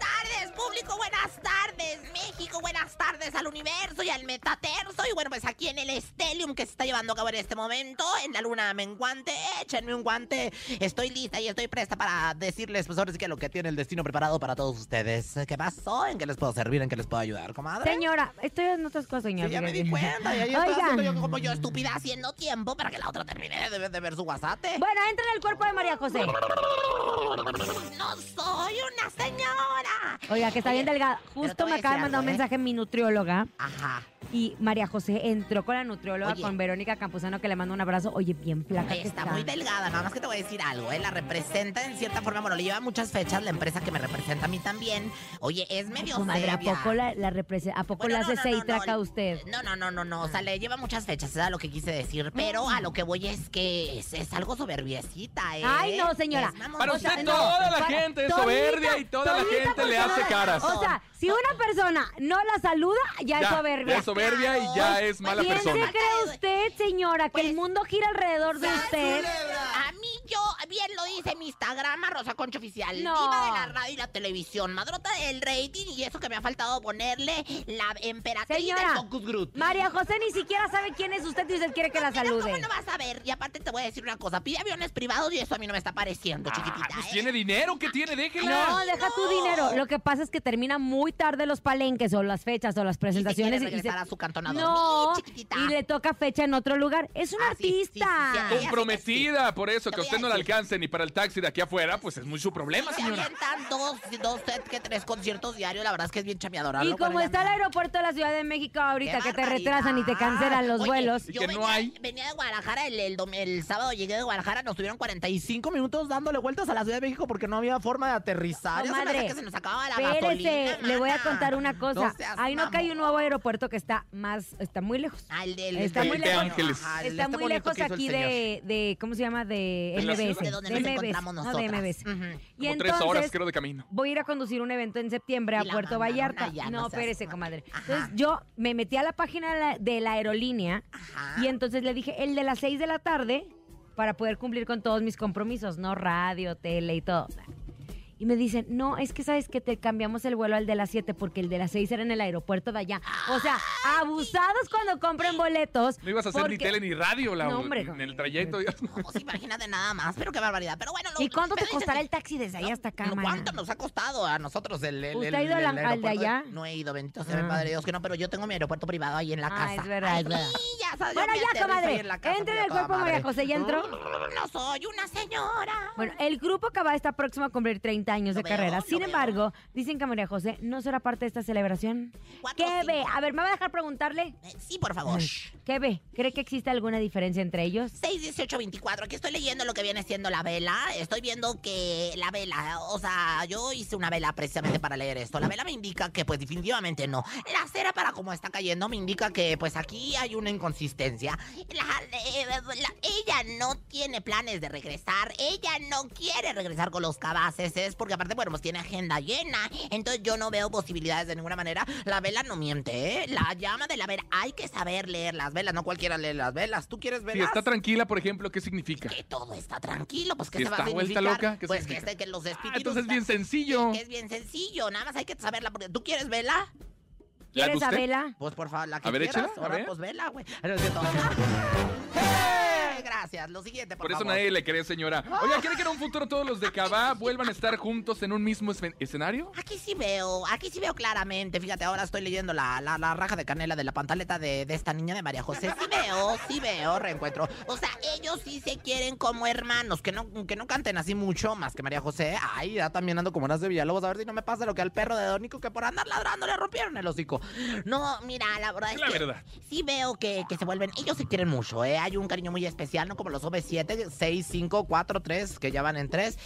[SPEAKER 4] tardes, público, buenas tardes, México, buenas tardes al universo y al metaterso. Y bueno, pues aquí en el Stellium que se está llevando a cabo en este momento, en la luna menguante, échenme un guante. Estoy lista y estoy presta para decirles, pues ahora sí que lo que tiene el destino preparado para todos ustedes. ¿Qué pasó? ¿En qué les puedo servir? ¿En qué les puedo ayudar, comadre?
[SPEAKER 3] Señora, estoy en otras cosas, señora.
[SPEAKER 4] Sí, ya me di
[SPEAKER 3] fíjate.
[SPEAKER 4] cuenta, y ahí estaba
[SPEAKER 3] Oigan.
[SPEAKER 4] haciendo yo como yo estúpida haciendo tiempo para que la otra termine de, de ver su WhatsApp.
[SPEAKER 3] Bueno, entra en el cuerpo de María José.
[SPEAKER 4] No soy una señora.
[SPEAKER 3] Oiga, que está bien delgada.
[SPEAKER 4] Pero te
[SPEAKER 3] Justo
[SPEAKER 4] voy
[SPEAKER 3] me
[SPEAKER 4] a
[SPEAKER 3] acaba de
[SPEAKER 4] decir
[SPEAKER 3] mandar un
[SPEAKER 4] algo, ¿eh?
[SPEAKER 3] mensaje mi nutrióloga
[SPEAKER 4] Ajá.
[SPEAKER 3] Y María José entró con la nutrióloga,
[SPEAKER 4] Oye.
[SPEAKER 3] con Verónica Campuzano, que le manda un abrazo. Oye, bien flaca. que
[SPEAKER 4] Está muy delgada, nada más que te voy a decir algo, ¿eh? La representa en cierta forma, bueno, le lleva muchas fechas la empresa que me representa a mí también. Oye, es medio
[SPEAKER 3] Comadre, ¿a
[SPEAKER 4] fea.
[SPEAKER 3] poco la, la represe- ¿A poco
[SPEAKER 4] Bueno,
[SPEAKER 3] la hace
[SPEAKER 4] no, no,
[SPEAKER 3] seis
[SPEAKER 4] no,
[SPEAKER 3] traca
[SPEAKER 4] no,
[SPEAKER 3] usted?
[SPEAKER 4] No, no, no, no, no. O sea, le lleva muchas fechas, es a lo que quise decir. Pero a lo que voy es que es, es algo soberbiecita, ¿eh?
[SPEAKER 3] Ay, no, señora.
[SPEAKER 4] Es mamona.
[SPEAKER 5] Para
[SPEAKER 3] O sea,
[SPEAKER 5] usted
[SPEAKER 3] no,
[SPEAKER 5] toda la
[SPEAKER 3] para-
[SPEAKER 5] gente es
[SPEAKER 3] Toñito,
[SPEAKER 5] soberbia y toda la
[SPEAKER 3] Toñito,
[SPEAKER 5] gente
[SPEAKER 3] por
[SPEAKER 5] le hace
[SPEAKER 3] favor.
[SPEAKER 5] caras.
[SPEAKER 3] O sea, si una persona no la saluda, ya,
[SPEAKER 5] Ya,
[SPEAKER 3] es soberbia.
[SPEAKER 5] ya es soberbia y ya es mala
[SPEAKER 3] ¿Quién
[SPEAKER 5] persona.
[SPEAKER 3] se cree usted, señora, que el
[SPEAKER 4] Pues,
[SPEAKER 3] mundo gira alrededor de usted?
[SPEAKER 4] A mí yo, bien lo dice mi Instagram, a Rosa Concha Oficial.
[SPEAKER 3] No.
[SPEAKER 4] Diva de la radio y la televisión. Madrota del rating y eso que me ha faltado ponerle la emperatriz
[SPEAKER 3] Señora,
[SPEAKER 4] del Focus Group.
[SPEAKER 3] María José ni siquiera sabe quién es usted y usted quiere que la
[SPEAKER 4] Mira, ¿Cómo
[SPEAKER 3] salude.
[SPEAKER 4] no vas a ver? Y aparte te voy a decir una cosa. Pide aviones privados y eso a mí no me está pareciendo, chiquitita.
[SPEAKER 5] Ah, pues
[SPEAKER 4] ¿eh?
[SPEAKER 5] tiene dinero, ¿qué tiene? Déjela.
[SPEAKER 3] No, deja tu dinero. Lo que pasa es que termina muy tarde los palenques o las fechas o las presentaciones
[SPEAKER 4] Y se quiere regresar a su cantón a
[SPEAKER 3] no,
[SPEAKER 4] dormir, chiquitita.
[SPEAKER 3] y le toca fecha en otro lugar. Es un
[SPEAKER 4] Ah, sí, sí, sí, sí,
[SPEAKER 3] artista.
[SPEAKER 4] sí,
[SPEAKER 5] Comprometida, por eso,
[SPEAKER 4] Te
[SPEAKER 5] que a
[SPEAKER 4] voy a
[SPEAKER 5] usted no le
[SPEAKER 4] decir.
[SPEAKER 5] alcance ni para el taxi de aquí afuera, pues es muy su problema,
[SPEAKER 4] Se
[SPEAKER 5] señora.
[SPEAKER 4] avientan dos, dos, set que tres conciertos diarios. La verdad es que es bien chameadora.
[SPEAKER 3] Y
[SPEAKER 4] lo cual
[SPEAKER 3] como
[SPEAKER 4] ya
[SPEAKER 3] está el
[SPEAKER 4] no-
[SPEAKER 3] aeropuerto de la Ciudad de México ahorita
[SPEAKER 4] ¡Qué
[SPEAKER 3] que te
[SPEAKER 4] barbaridad!
[SPEAKER 3] retrasan y te cancelan los
[SPEAKER 4] Oye,
[SPEAKER 3] vuelos.
[SPEAKER 5] y
[SPEAKER 4] yo
[SPEAKER 5] que no
[SPEAKER 4] venía,
[SPEAKER 5] hay.
[SPEAKER 4] Venía de Guadalajara el, el dom- el sábado, llegué de Guadalajara, nos tuvieron 45 minutos dándole vueltas a la Ciudad de México porque no había forma de aterrizar. Yo se me
[SPEAKER 3] Comadre,
[SPEAKER 4] hacía que se nos acababa la
[SPEAKER 3] Espérese,
[SPEAKER 4] gasolina,
[SPEAKER 3] le voy a
[SPEAKER 4] mana.
[SPEAKER 3] contar una cosa.
[SPEAKER 4] No seas
[SPEAKER 3] Ahí no que hay
[SPEAKER 4] mamón.
[SPEAKER 3] un nuevo aeropuerto que está más, está muy lejos.
[SPEAKER 4] Ah, el del-
[SPEAKER 3] Está
[SPEAKER 4] del-
[SPEAKER 3] muy
[SPEAKER 4] del-
[SPEAKER 5] lejos. De Ángeles.
[SPEAKER 4] Ajá, el
[SPEAKER 3] Está
[SPEAKER 4] este
[SPEAKER 3] muy
[SPEAKER 4] bonito
[SPEAKER 3] lejos
[SPEAKER 4] que hizo el
[SPEAKER 3] aquí
[SPEAKER 4] señor.
[SPEAKER 3] de, de, ¿cómo se llama? De
[SPEAKER 5] De la
[SPEAKER 3] MBS.
[SPEAKER 5] ciudad.
[SPEAKER 4] De donde nos
[SPEAKER 3] MBS,
[SPEAKER 4] encontramos
[SPEAKER 3] no, de
[SPEAKER 4] nosotras.
[SPEAKER 3] MBS.
[SPEAKER 4] Ujú.
[SPEAKER 3] Y
[SPEAKER 5] Como
[SPEAKER 3] entonces,
[SPEAKER 5] tres horas, creo, de camino.
[SPEAKER 3] Voy a ir a conducir un evento en septiembre a
[SPEAKER 4] Y la
[SPEAKER 3] Puerto
[SPEAKER 4] mandaron
[SPEAKER 3] Vallarta.
[SPEAKER 4] allá, no
[SPEAKER 3] no,
[SPEAKER 4] seas
[SPEAKER 3] espérese,
[SPEAKER 4] madre.
[SPEAKER 3] comadre.
[SPEAKER 4] Ajá.
[SPEAKER 3] Entonces yo me metí a la página de la, de la aerolínea
[SPEAKER 4] Ajá.
[SPEAKER 3] y entonces le dije el de las 6 de la tarde para poder cumplir con todos mis compromisos, ¿no? Radio, tele y todo. Y me dicen, no, es que sabes que te cambiamos el vuelo al de las 7 porque el de las 6 era en el aeropuerto de allá. O sea, abusados cuando compran boletos.
[SPEAKER 5] No ibas a hacer ni
[SPEAKER 3] porque-
[SPEAKER 5] tele ni radio la,
[SPEAKER 3] No, hombre,
[SPEAKER 5] en el
[SPEAKER 3] no.
[SPEAKER 5] trayecto. Dios.
[SPEAKER 4] Pues imagínate nada más, pero qué barbaridad. Pero bueno, lo-
[SPEAKER 3] ¿Y cuánto te
[SPEAKER 4] pero dices-
[SPEAKER 3] costará el taxi desde ahí
[SPEAKER 4] No,
[SPEAKER 3] hasta acá,
[SPEAKER 4] no,
[SPEAKER 3] mana?
[SPEAKER 4] ¿Cuánto nos ha costado a nosotros el, el,
[SPEAKER 3] ¿Usted
[SPEAKER 4] el-
[SPEAKER 3] ha ido
[SPEAKER 4] el
[SPEAKER 3] al- al de
[SPEAKER 4] aeropuerto?
[SPEAKER 3] allá?
[SPEAKER 4] No he ido, bendito sea el
[SPEAKER 3] Ah.
[SPEAKER 4] Padre de Dios, que no, pero yo tengo mi aeropuerto privado ahí en la
[SPEAKER 3] Ah,
[SPEAKER 4] casa.
[SPEAKER 3] es verdad,
[SPEAKER 4] Ay,
[SPEAKER 3] es verdad.
[SPEAKER 4] sí, ya sabes, yo
[SPEAKER 3] Bueno,
[SPEAKER 4] me
[SPEAKER 3] ya,
[SPEAKER 4] aterrizo ahí
[SPEAKER 3] comadre,
[SPEAKER 4] en la casa,
[SPEAKER 3] entre
[SPEAKER 4] pues,
[SPEAKER 3] en
[SPEAKER 4] ya
[SPEAKER 3] el
[SPEAKER 4] toda
[SPEAKER 3] cuerpo, María
[SPEAKER 4] madre.
[SPEAKER 3] José, ¿ya entró?
[SPEAKER 4] No soy una señora.
[SPEAKER 3] Bueno, el grupo Cabá está próximo a cumplir 30 años
[SPEAKER 4] Lo
[SPEAKER 3] de carrera.
[SPEAKER 4] veo,
[SPEAKER 3] Sin
[SPEAKER 4] lo veo.
[SPEAKER 3] embargo, dicen que María José no será parte de esta celebración.
[SPEAKER 4] Cuatro,
[SPEAKER 3] ¿Qué
[SPEAKER 4] cinco.
[SPEAKER 3] ve? A ver, ¿me va a dejar preguntarle?
[SPEAKER 4] Eh, Sí, por favor.
[SPEAKER 3] ¿Qué ve? ¿Cree que existe alguna diferencia entre ellos?
[SPEAKER 4] 6, 18, 24. Aquí estoy leyendo lo que viene siendo la vela. Estoy viendo que la vela, o sea, yo hice una vela precisamente para leer esto. La vela me indica que, pues, definitivamente no. La cera, para como está cayendo, me indica que, pues, aquí hay una inconsistencia. La- eh, la- ella no tiene planes de regresar. Ella no quiere regresar con los cabaces. Es porque, aparte, bueno, pues tiene agenda llena. Entonces, yo no veo posibilidades de ninguna manera. La vela no miente, ¿eh? La llama de la vela. Hay que saber leer las velas. No cualquiera lee las velas. ¿Tú quieres velas?
[SPEAKER 5] Si está tranquila, por ejemplo, ¿qué significa? Ah,
[SPEAKER 4] que todo está tranquilo, pues que
[SPEAKER 5] Si
[SPEAKER 4] se va a
[SPEAKER 5] está vuelta
[SPEAKER 4] significar?
[SPEAKER 5] loca, ¿qué
[SPEAKER 4] pues que,
[SPEAKER 5] significa?
[SPEAKER 4] este, que los
[SPEAKER 5] Ah,
[SPEAKER 4] espíritus
[SPEAKER 5] entonces es
[SPEAKER 4] están-
[SPEAKER 5] bien sencillo.
[SPEAKER 4] que es bien sencillo, nada más hay que saberla porque tú quieres vela,
[SPEAKER 5] ¿La de
[SPEAKER 3] ¿Quieres a
[SPEAKER 5] usted?
[SPEAKER 3] Vela?
[SPEAKER 4] pues por favor, la que
[SPEAKER 5] A ver,
[SPEAKER 4] quieras,
[SPEAKER 5] échala, a
[SPEAKER 4] ahora,
[SPEAKER 5] ver.
[SPEAKER 4] pues vela, güey. Ah, no, es cierto. ¡Eh! Gracias, lo siguiente, por,
[SPEAKER 5] Por eso
[SPEAKER 4] favor.
[SPEAKER 5] nadie le cree, señora. Oiga, ¿quiere que en un futuro todos los de Cabá vuelvan a estar juntos en un mismo esme- escenario?
[SPEAKER 4] Aquí sí veo, aquí sí veo claramente. Fíjate, ahora estoy leyendo la, la, la raja de canela de la pantaleta de, de esta niña de María José. Sí veo, sí veo, reencuentro. O sea, ellos sí se quieren como hermanos, que no, que no canten así mucho más que María José. Ay, ya también ando como unas de Villalobos. A ver si no me pasa lo que al perro de Donico que por andar ladrando le rompieron el hocico. No, mira, la verdad es
[SPEAKER 5] La
[SPEAKER 4] que
[SPEAKER 5] verdad.
[SPEAKER 4] sí veo que, que se vuelven. Ellos se quieren mucho, ¿eh? Hay un cariño muy especial, ¿no? Como los OV7, 6, 5, 4, 3, que ya van en 3,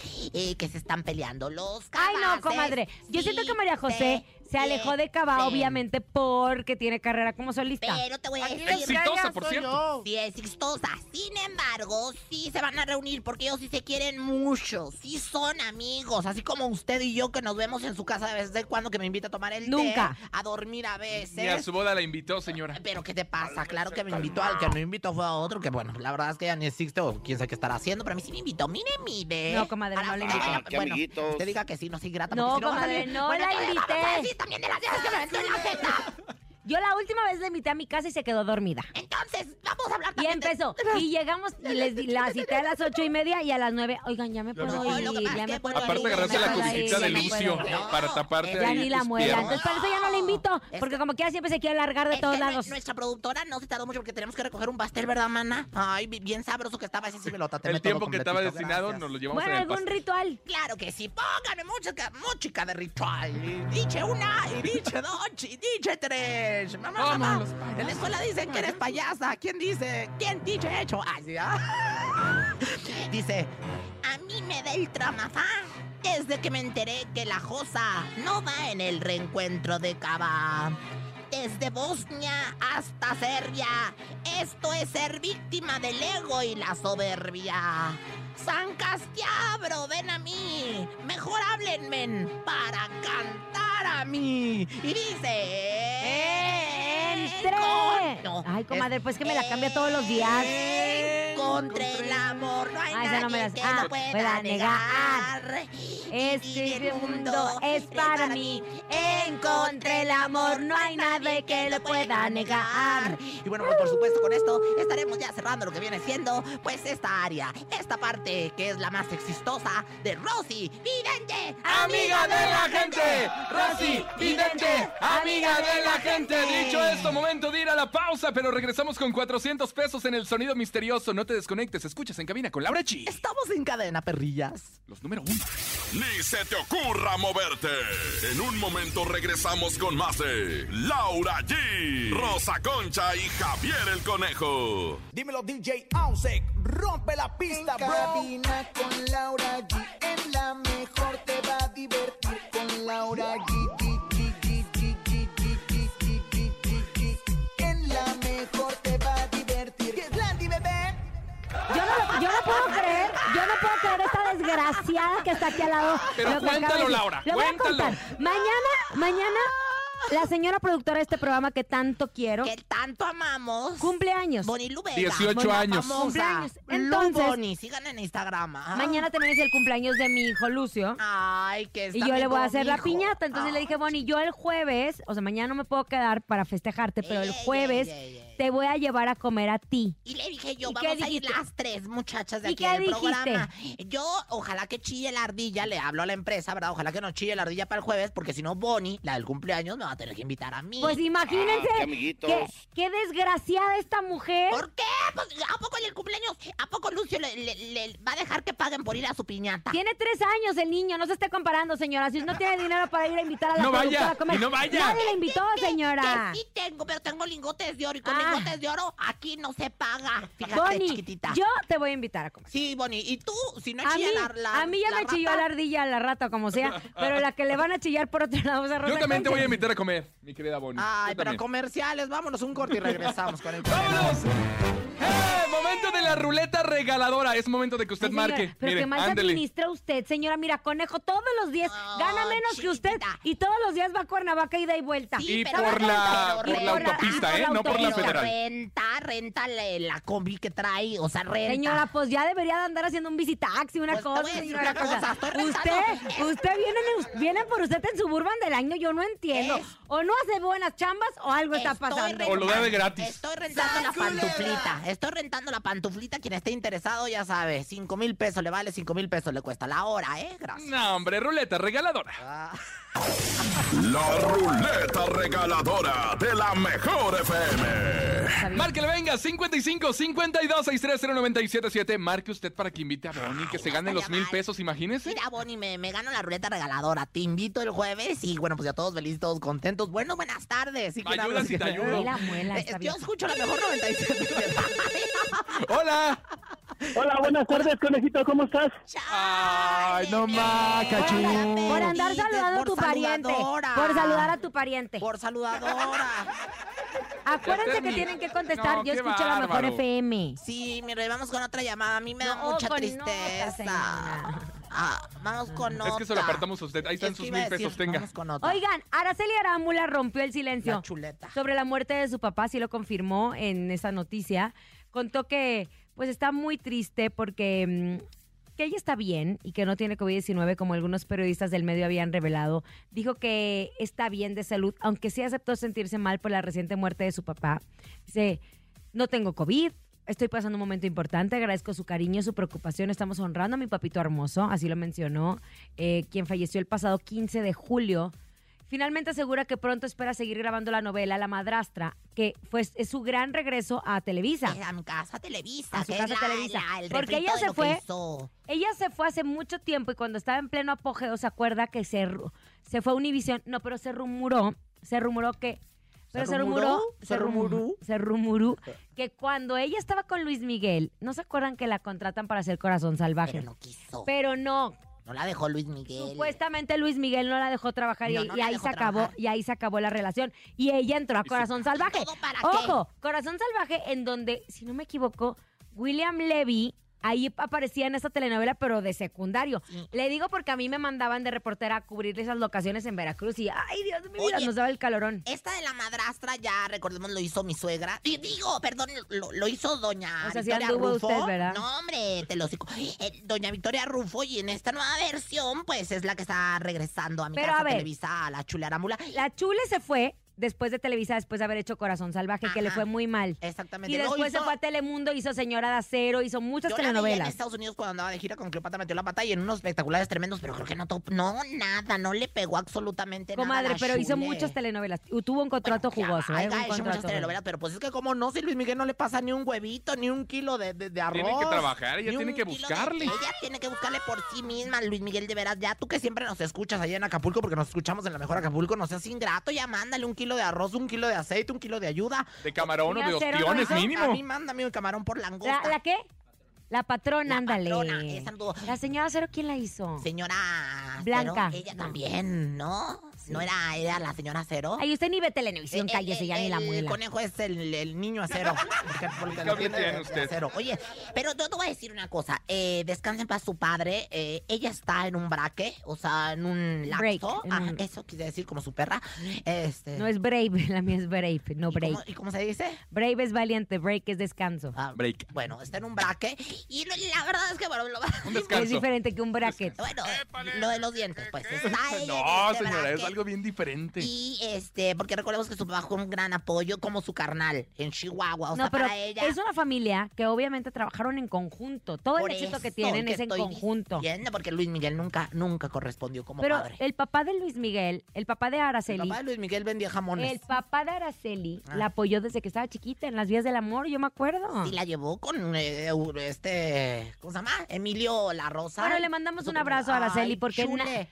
[SPEAKER 4] que se están peleando los
[SPEAKER 3] Ay, no,
[SPEAKER 4] cabaces.
[SPEAKER 3] comadre. Yo siento que María
[SPEAKER 4] Sí,
[SPEAKER 3] José
[SPEAKER 4] sí,
[SPEAKER 3] se alejó de Cabá,
[SPEAKER 4] sí.
[SPEAKER 3] obviamente, porque tiene carrera como solista.
[SPEAKER 4] Pero te voy a decir.
[SPEAKER 5] Exitosa, por cierto.
[SPEAKER 4] Sí, es exitosa. Sin embargo, sí se van a reunir porque ellos sí se quieren mucho. Sí son amigos. Así como usted y yo que nos vemos en su casa de vez en cuando que me invita a tomar el té,
[SPEAKER 3] Nunca.
[SPEAKER 4] a dormir a veces.
[SPEAKER 5] Y a su boda la invitó, señora.
[SPEAKER 4] Pero ¿qué te pasa? Claro que me invitó al que no invitó fue a otro, que bueno, la verdad es que ya ni existe o quién sabe qué estará haciendo, pero a mí sí me invitó. Mire, mire.
[SPEAKER 3] No, comadre,
[SPEAKER 4] A
[SPEAKER 3] no
[SPEAKER 4] la
[SPEAKER 3] la
[SPEAKER 4] fecha,
[SPEAKER 3] invité.
[SPEAKER 4] ya,
[SPEAKER 3] Ah,
[SPEAKER 9] qué
[SPEAKER 4] bueno,
[SPEAKER 9] amiguitos.
[SPEAKER 4] Te diga que sí, no, sí, grata.
[SPEAKER 3] No,
[SPEAKER 4] porque si va a
[SPEAKER 3] comadre,
[SPEAKER 4] salir-
[SPEAKER 3] no
[SPEAKER 4] Bueno,
[SPEAKER 3] la
[SPEAKER 4] todavía vamos a
[SPEAKER 3] invité.
[SPEAKER 4] decir también de las veces que me aventó en la jeta.
[SPEAKER 3] Yo la última vez la invité a mi casa y se quedó dormida.
[SPEAKER 4] Entonces, vamos a hablar
[SPEAKER 3] Y ya empezó. Y llegamos y les di- la cité a las ocho y media y a las nueve. Oigan, ya me puedo
[SPEAKER 4] no,
[SPEAKER 3] ir.
[SPEAKER 4] lo que pasa
[SPEAKER 3] ya
[SPEAKER 4] es
[SPEAKER 3] me
[SPEAKER 4] que,
[SPEAKER 3] puedo
[SPEAKER 4] bueno,
[SPEAKER 3] ir,
[SPEAKER 5] Aparte
[SPEAKER 3] ya me
[SPEAKER 5] agarraste la
[SPEAKER 3] puedo
[SPEAKER 5] cubitita
[SPEAKER 3] ir,
[SPEAKER 5] de
[SPEAKER 3] ya me puedo
[SPEAKER 5] vicio
[SPEAKER 3] ir.
[SPEAKER 4] No,
[SPEAKER 5] para taparte
[SPEAKER 3] Ya
[SPEAKER 5] ahí
[SPEAKER 3] ni la
[SPEAKER 5] tus
[SPEAKER 3] muela.
[SPEAKER 5] piernas.
[SPEAKER 3] Entonces, por eso ya no la invito.
[SPEAKER 4] Es
[SPEAKER 3] Porque
[SPEAKER 4] que-
[SPEAKER 3] como quiera siempre se quiere largar de
[SPEAKER 4] Es
[SPEAKER 3] todos
[SPEAKER 4] que nue-
[SPEAKER 3] lados.
[SPEAKER 4] Nuestra productora no se tardó mucho porque tenemos que recoger un pastel, ¿verdad, mana? Ay, bi- bien sabroso que estaba ese cibelote.
[SPEAKER 5] El tiempo que estaba destinado nos lo llevamos
[SPEAKER 3] Bueno,
[SPEAKER 5] en el
[SPEAKER 3] algún
[SPEAKER 5] pastel.
[SPEAKER 3] ritual.
[SPEAKER 4] Claro que sí, póngame música, música de ritual. Y Dice una, y dice dos, y dice tres. Mamá,
[SPEAKER 5] Vamos,
[SPEAKER 4] mamá.
[SPEAKER 5] los payasos.
[SPEAKER 4] En la escuela dicen que eres payasa. ¿Quién dice? ¿Quién dice hecho? Ay, sí, ah. Dice, a mí me da el tramafá desde que me enteré que la Josa no va en el reencuentro de Cava. Desde Bosnia hasta Serbia, esto es ser víctima del ego y la soberbia. San Castiabro, ven a mí. Mejor háblenme para cantar a mí. Y dice...
[SPEAKER 3] ¡Eh, ¡Entré!
[SPEAKER 4] No,
[SPEAKER 3] Ay,
[SPEAKER 4] es-
[SPEAKER 3] comadre, pues que me la cambia todos los días.
[SPEAKER 4] Encontré el amor, no hay
[SPEAKER 3] Ah, esa
[SPEAKER 4] nadie
[SPEAKER 3] no me la sé.
[SPEAKER 4] que
[SPEAKER 3] Ah,
[SPEAKER 4] lo pueda,
[SPEAKER 3] pueda negar.
[SPEAKER 4] negar.
[SPEAKER 3] Este mundo es para mí. Encontré el amor, no hay nadie que lo pueda negar.
[SPEAKER 4] Y bueno, pues por supuesto con esto estaremos ya cerrando lo que viene siendo pues esta área, esta parte que es la más exitosa de Rosy Vidente,
[SPEAKER 5] Amiga de la gente, Rosy Vidente, amiga de la gente. Dicho esto, momento de ir a la pausa, pero regresamos con 400 pesos en el sonido misterioso. No te desconectes, escuchas en cabina con Laura G.
[SPEAKER 4] Estamos en cadena, perrillas.
[SPEAKER 5] Los número uno.
[SPEAKER 6] Ni se te ocurra moverte. En un momento regresamos con más de Laura G, Rosa Concha y Javier el Conejo.
[SPEAKER 9] Dímelo DJ Ausek, rompe la pista,
[SPEAKER 1] En
[SPEAKER 9] bro.
[SPEAKER 1] cabina con Laura G. En la mejor te va a divertir con Laura G. G, G, G, G, G, G, G, G, G, G, G. En la mejor te va a divertir. ¡Que Landy, bebé!
[SPEAKER 3] Yo no, yo no puedo creer, yo no puedo creer esta desgraciada que está aquí al lado.
[SPEAKER 5] Pero
[SPEAKER 3] Lo que acaba de
[SPEAKER 5] cuéntalo,
[SPEAKER 3] decir.
[SPEAKER 5] Laura,
[SPEAKER 3] Lo voy a
[SPEAKER 5] cuéntalo.
[SPEAKER 3] contar. Mañana, mañana, la señora productora de este programa que tanto quiero,
[SPEAKER 4] Que tanto amamos.
[SPEAKER 3] cumpleaños.
[SPEAKER 4] Bonnie Lubega.
[SPEAKER 5] 18
[SPEAKER 4] Bonnie la
[SPEAKER 5] años.
[SPEAKER 4] famosa.
[SPEAKER 3] Cumpleaños.
[SPEAKER 4] Lu
[SPEAKER 3] Entonces-
[SPEAKER 4] Bonnie, sigan en Instagram. ah.
[SPEAKER 3] Mañana también es el cumpleaños de mi hijo Lucio.
[SPEAKER 4] Ay, que
[SPEAKER 3] Y yo le voy a hacer la piñata. Entonces le
[SPEAKER 4] Ah.
[SPEAKER 3] dije, Bonnie, yo el jueves, o sea, mañana no me puedo quedar para festejarte, pero el jueves te voy a llevar a comer a ti.
[SPEAKER 4] Y le dije yo,
[SPEAKER 3] ¿Y qué
[SPEAKER 4] vamos a ir
[SPEAKER 3] dijiste?
[SPEAKER 4] las tres muchachas de
[SPEAKER 3] ¿Y
[SPEAKER 4] aquí
[SPEAKER 3] qué
[SPEAKER 4] del
[SPEAKER 3] dijiste?
[SPEAKER 4] programa. Yo, ojalá que chille la ardilla, le hablo a la empresa, ¿verdad? Ojalá que no chille la ardilla para el jueves, porque si no, Bonnie, la del cumpleaños, me va a tener que invitar a mí.
[SPEAKER 3] Pues imagínense
[SPEAKER 9] Ah, qué
[SPEAKER 3] qué,
[SPEAKER 9] amiguitos.
[SPEAKER 3] qué desgraciada esta mujer.
[SPEAKER 4] ¿Por qué? Pues, ¿A poco en el cumpleaños? ¿A poco Lucio le, le- le va a dejar que paguen por ir a su piñata?
[SPEAKER 3] Tiene tres años el niño, no se esté comparando, señora. Si no tiene dinero para ir a invitar a la
[SPEAKER 5] No vaya,
[SPEAKER 3] productora a comer.
[SPEAKER 5] y no vaya.
[SPEAKER 3] Nadie la invitó, señora.
[SPEAKER 4] Que sí tengo, pero tengo lingotes de oro y con
[SPEAKER 3] Ah.
[SPEAKER 4] lingotes de oro aquí no se paga. Fíjate,
[SPEAKER 3] Bonnie,
[SPEAKER 4] chiquitita.
[SPEAKER 3] yo te voy a invitar a comer.
[SPEAKER 4] Sí, Bonnie, ¿y tú? Si no
[SPEAKER 3] A mí,
[SPEAKER 4] chilla la, la-
[SPEAKER 3] a mí ya
[SPEAKER 4] la
[SPEAKER 3] me chilló
[SPEAKER 4] rata,
[SPEAKER 3] la ardilla, la rata, como sea, pero la que le van a chillar por otro lado es a
[SPEAKER 5] Yo
[SPEAKER 3] Rosa
[SPEAKER 5] también te voy a
[SPEAKER 3] Concha.
[SPEAKER 5] invitar a comer, mi querida Bonnie.
[SPEAKER 4] Ay,
[SPEAKER 5] Yo
[SPEAKER 4] pero
[SPEAKER 5] también.
[SPEAKER 4] comerciales, vámonos un corte y regresamos con el
[SPEAKER 5] ¡Vámonos! ¡Eh! Momento de la ruleta regaladora. Es momento de que usted
[SPEAKER 3] Ay, Pues, señora,
[SPEAKER 5] marque.
[SPEAKER 3] Pero
[SPEAKER 5] Mire,
[SPEAKER 3] que mal se
[SPEAKER 5] ándele.
[SPEAKER 3] administra usted, señora. Mira, conejo, todos los días
[SPEAKER 4] No,
[SPEAKER 3] gana menos que usted
[SPEAKER 4] chiquitita.
[SPEAKER 3] y todos los días va a Cuernavaca ida y vuelta.
[SPEAKER 4] Sí,
[SPEAKER 5] Y
[SPEAKER 4] pero
[SPEAKER 5] por
[SPEAKER 4] no
[SPEAKER 5] la,
[SPEAKER 4] pero
[SPEAKER 5] por la
[SPEAKER 4] por la-
[SPEAKER 5] autopista,
[SPEAKER 3] por
[SPEAKER 5] ¿eh?
[SPEAKER 3] la
[SPEAKER 5] No por la
[SPEAKER 3] autopista.
[SPEAKER 5] federal.
[SPEAKER 4] Renta, renta la, la combi que trae, o sea, renta.
[SPEAKER 3] Señora, pues ya debería de andar haciendo un visitaxi, una
[SPEAKER 4] Pues te voy a
[SPEAKER 3] cosa,
[SPEAKER 4] decir
[SPEAKER 3] señora.
[SPEAKER 4] una
[SPEAKER 3] o sea,
[SPEAKER 4] cosa, estoy
[SPEAKER 3] usted,
[SPEAKER 4] rentando.
[SPEAKER 3] usted vienen, en- vienen por usted en suburban del año, yo no entiendo.
[SPEAKER 4] Es-
[SPEAKER 3] O no hace buenas chambas o algo está
[SPEAKER 4] Estoy
[SPEAKER 3] pasando.
[SPEAKER 4] rentando-
[SPEAKER 5] O lo da de gratis.
[SPEAKER 4] Estoy rentando la pantuflita. Estoy rentando la pantuflita. Quien esté interesado, ya sabe. Cinco mil pesos le vale, cinco mil pesos le cuesta la hora, ¿eh? Gracias.
[SPEAKER 5] No, hombre, ruleta regaladora.
[SPEAKER 6] La ruleta regaladora de la mejor FM.
[SPEAKER 5] Márquele, venga, 55 52 630 977. Marque usted para que invite a Bonnie, que se
[SPEAKER 4] no
[SPEAKER 5] gane los
[SPEAKER 4] estaría
[SPEAKER 5] mil
[SPEAKER 4] mal.
[SPEAKER 5] pesos, imagínese.
[SPEAKER 4] Mira, Bonnie, me, me gano la ruleta regaladora. Te invito el jueves y bueno, pues ya todos felices, todos contentos. Bueno, buenas tardes. Sí,
[SPEAKER 5] Me
[SPEAKER 4] claro,
[SPEAKER 5] ayudas
[SPEAKER 4] sí.
[SPEAKER 5] y te ayudo.
[SPEAKER 3] Muela, muela,
[SPEAKER 4] Eh,
[SPEAKER 3] está
[SPEAKER 4] Yo
[SPEAKER 3] bien.
[SPEAKER 4] escucho la mejor 97.
[SPEAKER 5] ¡Hola!
[SPEAKER 7] Hola, buenas tardes, conejito, ¿cómo estás?
[SPEAKER 5] Ay, no más,
[SPEAKER 3] Por
[SPEAKER 5] cachú.
[SPEAKER 3] andar, por andar saludando a tu
[SPEAKER 4] Por
[SPEAKER 3] pariente.
[SPEAKER 4] saludadora.
[SPEAKER 3] Por saludar a tu pariente.
[SPEAKER 4] Por saludadora.
[SPEAKER 3] Acuérdense que
[SPEAKER 5] Terni.
[SPEAKER 3] tienen que contestar.
[SPEAKER 5] No,
[SPEAKER 3] yo
[SPEAKER 5] qué
[SPEAKER 3] escucho la mejor
[SPEAKER 5] bárbaro.
[SPEAKER 3] FM.
[SPEAKER 4] Sí, mire, vamos con otra llamada. A mí me da
[SPEAKER 3] No,
[SPEAKER 4] mucha
[SPEAKER 3] con otra,
[SPEAKER 4] tristeza.
[SPEAKER 3] señora.
[SPEAKER 4] Ah, vamos con otra.
[SPEAKER 5] Es que se lo apartamos a usted. Ahí están
[SPEAKER 4] Es que
[SPEAKER 5] sus
[SPEAKER 4] iba a
[SPEAKER 5] mil pesos,
[SPEAKER 4] decir,
[SPEAKER 5] tenga.
[SPEAKER 4] Vamos con otra.
[SPEAKER 3] Oigan, Araceli Arámbula rompió el silencio
[SPEAKER 4] La chuleta.
[SPEAKER 3] sobre la muerte de su papá, sí lo confirmó en esa noticia. Contó que pues está muy triste porque mm, que ella está bien y que no tiene COVID-19 como algunos periodistas del medio habían revelado. Dijo que está bien de salud, aunque sí aceptó sentirse mal por la reciente muerte de su papá. Dice, no tengo COVID, Estoy pasando un momento importante, agradezco su cariño, su preocupación. Estamos honrando a mi papito hermoso, así lo mencionó, eh, quien falleció el pasado 15 de julio. Finalmente asegura que pronto espera seguir grabando la novela La Madrastra, que fue, es su gran regreso a Televisa.
[SPEAKER 4] Es Eh, a mi casa Televisa.
[SPEAKER 3] A su
[SPEAKER 4] que es
[SPEAKER 3] casa
[SPEAKER 4] la-
[SPEAKER 3] Televisa.
[SPEAKER 4] la- el
[SPEAKER 3] Porque
[SPEAKER 4] refrito
[SPEAKER 3] ella
[SPEAKER 4] de
[SPEAKER 3] se
[SPEAKER 4] lo que
[SPEAKER 3] fue.
[SPEAKER 4] hizo.
[SPEAKER 3] Ella se fue hace mucho tiempo y cuando estaba en pleno apogeo se acuerda que se, ru- se fue a Univision. No, pero se rumuró, se rumuró que... Pero se rumuró, se rumuró, se rumuró
[SPEAKER 4] Eh.
[SPEAKER 3] que cuando ella estaba con Luis Miguel, ¿no se acuerdan que la contratan para hacer Corazón Salvaje?
[SPEAKER 4] Pero no quiso.
[SPEAKER 3] Pero no,
[SPEAKER 4] No la dejó Luis Miguel.
[SPEAKER 3] supuestamente Luis Miguel no la dejó trabajar y,
[SPEAKER 4] No, no
[SPEAKER 3] y
[SPEAKER 4] la
[SPEAKER 3] ahí
[SPEAKER 4] dejó
[SPEAKER 3] se acabó
[SPEAKER 4] trabajar.
[SPEAKER 3] y ahí se acabó la relación y ella entró a
[SPEAKER 5] se-
[SPEAKER 3] Corazón Salvaje.
[SPEAKER 4] ¿Todo para qué?
[SPEAKER 3] Ojo, Corazón Salvaje en donde, si no me equivoco, William Levy ahí aparecía en esta telenovela pero de secundario.
[SPEAKER 4] Sí.
[SPEAKER 3] Le digo porque a mí me mandaban de reportera a cubrir esas locaciones en Veracruz y ay Dios mío,
[SPEAKER 4] Oye. Eh.
[SPEAKER 3] nos daba el calorón.
[SPEAKER 4] Esta de la madrastra ya, recordemos, lo hizo mi suegra. Y digo, perdón, lo, lo hizo doña
[SPEAKER 3] O sea, sí
[SPEAKER 4] Victoria
[SPEAKER 3] anduvo
[SPEAKER 4] Rufo.
[SPEAKER 3] usted, ¿verdad?
[SPEAKER 4] No, hombre, te lo digo. Eh, doña Victoria Rufo, y en esta nueva versión, pues es la que está regresando a mi
[SPEAKER 3] Pero,
[SPEAKER 4] casa
[SPEAKER 3] a ver.
[SPEAKER 4] Televisa, a la chulearámula.
[SPEAKER 3] La Chule se fue después de Televisa después de haber hecho Corazón Salvaje que le
[SPEAKER 4] Ajá.
[SPEAKER 3] fue muy mal.
[SPEAKER 4] Exactamente.
[SPEAKER 3] Y
[SPEAKER 4] Luego
[SPEAKER 3] después se
[SPEAKER 4] hizo-
[SPEAKER 3] fue a Telemundo, hizo Señora de Acero, hizo muchas
[SPEAKER 4] Yo la veía en
[SPEAKER 3] telenovelas.
[SPEAKER 4] Estados Unidos cuando andaba de gira con Cleopatra metió la pata y en unos espectaculares tremendos, pero creo que no, to- no nada, no le pegó absolutamente nada. a
[SPEAKER 3] Comadre,
[SPEAKER 4] la
[SPEAKER 3] pero hizo
[SPEAKER 4] Shule.
[SPEAKER 3] muchas telenovelas. Y Tuvo un contrato
[SPEAKER 4] Bueno,
[SPEAKER 3] jugoso,
[SPEAKER 4] ya,
[SPEAKER 3] ¿eh?
[SPEAKER 4] ha
[SPEAKER 3] Un
[SPEAKER 4] hecho muchas
[SPEAKER 3] contrato
[SPEAKER 4] telenovelas, pero pues es que como no, si Luis Miguel no le pasa ni un huevito, ni un kilo de, de, de arroz.
[SPEAKER 5] Tiene que trabajar, ella
[SPEAKER 4] ni
[SPEAKER 5] tiene
[SPEAKER 4] un
[SPEAKER 5] que
[SPEAKER 4] kilo de-
[SPEAKER 5] buscarle.
[SPEAKER 4] Ella tiene que buscarle por sí misma, Luis Miguel, de veras, ya tú que siempre nos escuchas allá en Acapulco, porque nos escuchamos en la mejor Acapulco, no seas ingrato, ya mándale un kilo de arroz, un kilo de aceite, un kilo de ayuda.
[SPEAKER 5] De camarón o
[SPEAKER 3] Mira,
[SPEAKER 5] de
[SPEAKER 3] cero,
[SPEAKER 5] ostiones
[SPEAKER 3] ¿no?
[SPEAKER 4] A mí
[SPEAKER 5] mínimo.
[SPEAKER 4] mándame un camarón por langosta.
[SPEAKER 3] jugoso. ¿La, la qué? La patrona,
[SPEAKER 4] La
[SPEAKER 3] ándale.
[SPEAKER 4] patrona, esa anduvo.
[SPEAKER 3] La señora Cero, ¿quién la hizo?
[SPEAKER 4] Señora
[SPEAKER 3] Blanca.
[SPEAKER 4] Cero, ella
[SPEAKER 3] No.
[SPEAKER 4] también, ¿no? No era, era la señora Cero.
[SPEAKER 3] Ay, usted ni ve
[SPEAKER 4] Eh,
[SPEAKER 3] televisión,
[SPEAKER 4] eh,
[SPEAKER 3] cállese ya
[SPEAKER 4] eh,
[SPEAKER 3] ni la
[SPEAKER 4] el
[SPEAKER 3] muela.
[SPEAKER 4] conejo es el, el niño acero. Porque- porque no
[SPEAKER 5] bien
[SPEAKER 4] tiene
[SPEAKER 5] tiene usted.
[SPEAKER 4] acero. Oye, pero yo te voy a decir una cosa. Eh, descansen para su padre. eh, ella está en un braque, o sea, en un lapso.
[SPEAKER 3] Break, en
[SPEAKER 4] Ah,
[SPEAKER 3] un-
[SPEAKER 4] Eso quise decir como su perra. Este,
[SPEAKER 3] No es brave, la mía es brave, no
[SPEAKER 4] ¿y cómo-
[SPEAKER 3] break.
[SPEAKER 4] ¿Y cómo se dice?
[SPEAKER 3] Brave es valiente, break es descanso.
[SPEAKER 4] Ah,
[SPEAKER 5] Break.
[SPEAKER 4] Bueno, está en un braque. Y lo- la verdad es que, bueno, lo
[SPEAKER 5] Un
[SPEAKER 3] Es
[SPEAKER 5] descanso.
[SPEAKER 3] diferente que un
[SPEAKER 4] Pues,
[SPEAKER 3] bracket.
[SPEAKER 4] Bueno, lo de los dientes, pues. Está ella en
[SPEAKER 5] No,
[SPEAKER 4] este
[SPEAKER 5] señora, es
[SPEAKER 4] braque.
[SPEAKER 5] algo bien diferente.
[SPEAKER 4] Y este, porque recordemos que su papá fue un gran apoyo como su carnal en Chihuahua. O sea,
[SPEAKER 3] No, pero
[SPEAKER 4] para ella.
[SPEAKER 3] es una familia que obviamente trabajaron en conjunto. Todo el éxito que tienen es en conjunto.
[SPEAKER 4] Entiende, porque Luis Miguel nunca, nunca correspondió como
[SPEAKER 3] Pero
[SPEAKER 4] padre.
[SPEAKER 3] el papá de Luis Miguel, el papá de
[SPEAKER 4] El
[SPEAKER 3] Araceli,
[SPEAKER 4] papá de Luis Miguel vendía jamones.
[SPEAKER 3] El papá de Araceli
[SPEAKER 4] Ah.
[SPEAKER 3] la apoyó desde que estaba chiquita en las vías del amor, yo me acuerdo.
[SPEAKER 4] Y la llevó con eh, este, ¿cómo se llama? Emilio La Rosa.
[SPEAKER 3] Bueno, le mandamos un abrazo a Araceli
[SPEAKER 4] Ay,
[SPEAKER 3] porque
[SPEAKER 4] chule.
[SPEAKER 3] na-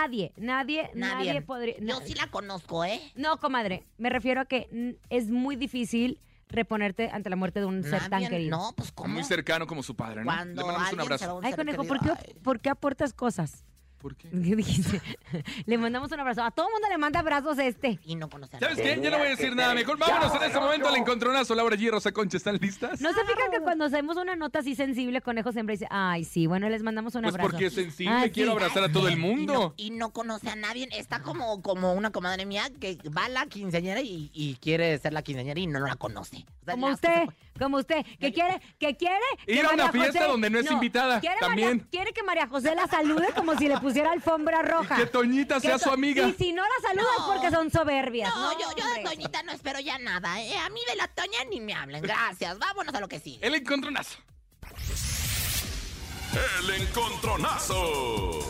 [SPEAKER 3] nadie, nadie, nadie,
[SPEAKER 4] Nadie.
[SPEAKER 3] podría.
[SPEAKER 4] Yo
[SPEAKER 3] na-
[SPEAKER 4] sí la conozco, ¿eh?
[SPEAKER 3] No, comadre, me refiero a que mm, es muy difícil reponerte ante la muerte de un ser tan
[SPEAKER 4] Nadie-
[SPEAKER 3] querido.
[SPEAKER 4] Ah, No, pues ¿cómo?
[SPEAKER 5] Muy cercano como su padre, ¿no?
[SPEAKER 4] Cuando
[SPEAKER 5] Le mandamos un
[SPEAKER 4] alguien se va a
[SPEAKER 5] abrazo.
[SPEAKER 4] un
[SPEAKER 3] Ay,
[SPEAKER 4] ser
[SPEAKER 3] conejo, ¿por qué,
[SPEAKER 4] querido, ay.
[SPEAKER 3] por qué aportas cosas?
[SPEAKER 5] ¿Por qué?
[SPEAKER 3] ¿Qué dijiste? le mandamos un abrazo. A todo mundo le manda abrazos este.
[SPEAKER 4] Y no conoce a
[SPEAKER 5] ¿Sabes
[SPEAKER 4] nadie.
[SPEAKER 5] qué? Ya no voy a decir nada. Mejor vámonos en este momento al encontronazo. Laura G. y Rosa Concha, ¿están listas?
[SPEAKER 3] ¿No se fijan que cuando hacemos una nota así sensible, Conejo siempre dice, ay, sí, bueno, les mandamos un
[SPEAKER 5] Pues
[SPEAKER 3] abrazo?
[SPEAKER 5] porque es sensible,
[SPEAKER 3] Ah, sí.
[SPEAKER 5] quiero abrazar a todo el mundo.
[SPEAKER 4] Y no, y no conoce a nadie. Está como, como una comadre mía que va a la quinceañera y, y quiere ser la quinceañera y no la conoce. O sea,
[SPEAKER 3] Como
[SPEAKER 4] la-
[SPEAKER 3] usted,
[SPEAKER 4] pues.
[SPEAKER 3] como usted, que quiere, que quiere. que
[SPEAKER 5] Ir a una
[SPEAKER 3] María
[SPEAKER 5] fiesta donde no es invitada,
[SPEAKER 3] quiere
[SPEAKER 5] también.
[SPEAKER 3] María- quiere que María José la salude como si le pusiera alfombra
[SPEAKER 5] Y
[SPEAKER 3] roja.
[SPEAKER 5] que Toñita sea
[SPEAKER 3] to-
[SPEAKER 5] su amiga.
[SPEAKER 3] Y si no la saluda es
[SPEAKER 4] No.
[SPEAKER 3] porque son soberbias.
[SPEAKER 4] No, yo, yo de
[SPEAKER 3] hombre.
[SPEAKER 4] Toñita no espero ya nada. ¿eh? A mí de la Toña ni me hablen. Gracias. Vámonos a lo que sigue.
[SPEAKER 5] El encontronazo.
[SPEAKER 6] El encontronazo.